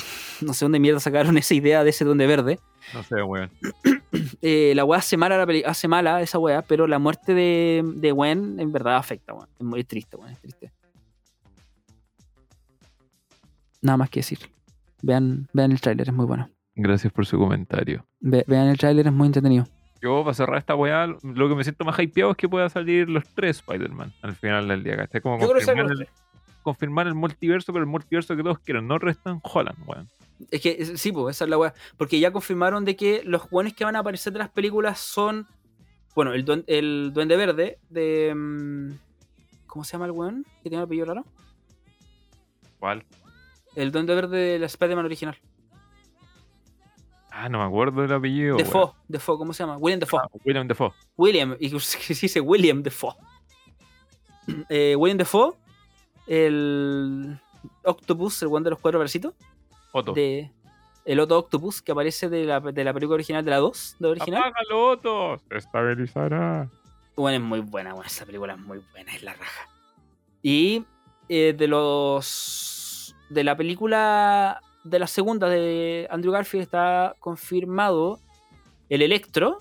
Speaker 2: no sé dónde mierda sacaron esa idea de ese duende verde.
Speaker 1: No sé, weón.
Speaker 2: Eh, la weá hace mala, la peli- hace mala esa weá, pero la muerte de, de Gwen en verdad afecta, weón. Es muy triste, weón. Es triste. Nada más que decir. Vean, vean el tráiler, es muy bueno.
Speaker 1: Gracias por su comentario.
Speaker 2: Ve- vean el tráiler, es muy entretenido.
Speaker 1: Yo, para cerrar esta weá, lo que me siento más hypeado es que pueda salir los tres Spider-Man al final del día, ¿cachai? Como
Speaker 2: Yo creo que
Speaker 1: confirmar,
Speaker 2: salen los
Speaker 1: el, confirmar el multiverso, pero el multiverso que todos quieren. No restan Holland, weón.
Speaker 2: Es que es- sí, pues, esa es la weá. Porque ya confirmaron de que los guanes que van a aparecer de las películas son. Bueno, el, duen- el Duende Verde de. mm, ¿Cómo se llama el weón? Que tiene un apellido raro.
Speaker 1: ¿Cuál?
Speaker 2: El Duende Verde de la Spider-Man original.
Speaker 1: Ah, no me acuerdo del apellido. weón.
Speaker 2: Defoe, Defoe, ¿cómo se llama? William Defoe.
Speaker 1: Ah, William Defoe.
Speaker 2: William, y se dice William Defoe. Eh, William Defoe, el Octopus, el weón de los cuatro bracitos.
Speaker 1: Otto.
Speaker 2: De, el otro Octopus que aparece de la, de la película original, de la 2, de la original.
Speaker 1: ¡Apágalo, Otto! Estabilizará.
Speaker 2: Bueno, es muy buena, bueno, esa película es muy buena, es la raja. Y eh, de los. De la película. De la segunda de Andrew Garfield está confirmado el Electro.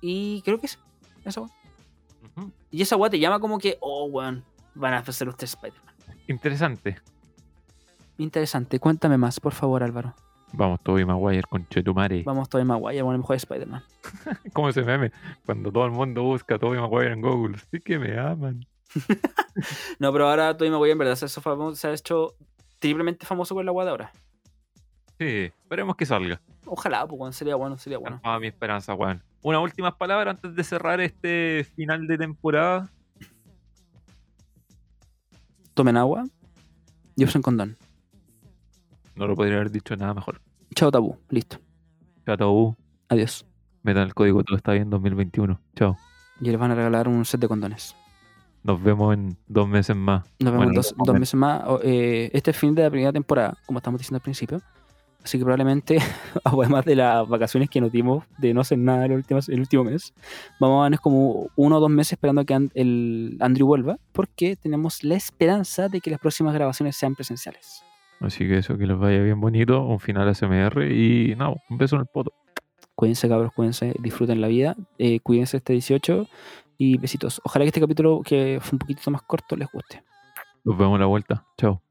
Speaker 2: Y creo que es esa weá.
Speaker 1: Ujú.
Speaker 2: Y esa weá te llama como que, oh, weón, van a hacer los tres Spider-Man.
Speaker 1: Interesante.
Speaker 2: Interesante, cuéntame más, por favor, Álvaro.
Speaker 1: Vamos, Toby Maguire con Chetumare.
Speaker 2: Vamos, Tobey Maguire, bueno, el mejor Spider-Man.
Speaker 1: ¿Cómo se meme? Cuando todo el mundo busca a Toby Maguire en Google. Sí que me aman.
Speaker 2: No, pero ahora Tobey Maguire en verdad se ha hecho famo- se ha hecho triplemente famoso con la weá de ahora.
Speaker 1: Sí, esperemos que salga.
Speaker 2: Ojalá, pues, weón, sería bueno, sería bueno.
Speaker 1: Ah, mi esperanza, weón. Una última palabra antes de cerrar este final de temporada.
Speaker 2: tomen agua y usen condón.
Speaker 1: No lo podría haber dicho nada mejor.
Speaker 2: Chao tabú, listo.
Speaker 1: Chato U,
Speaker 2: Adiós.
Speaker 1: metan el código, todo está bien 2021. Chao.
Speaker 2: Y les van a regalar un set de condones.
Speaker 1: Nos vemos en dos meses más.
Speaker 2: Nos vemos
Speaker 1: Bueno,
Speaker 2: en dos,
Speaker 1: nos vemos.
Speaker 2: dos meses más. O, eh, este es el fin de la primera temporada, como estamos diciendo al principio. Así que probablemente, además de las vacaciones que nos dimos de no hacer nada el último, el último mes, vamos a darnos como uno o dos meses esperando que And- el Andrew vuelva, porque tenemos la esperanza de que las próximas grabaciones sean presenciales.
Speaker 1: Así que eso, que les vaya bien bonito. Un final ASMR y nada, un beso en el poto.
Speaker 2: Cuídense, cabros, cuídense, disfruten la vida, eh, cuídense este 18 y besitos. Ojalá que este capítulo, que fue un poquito más corto, les guste.
Speaker 1: Nos vemos a la vuelta. Chao.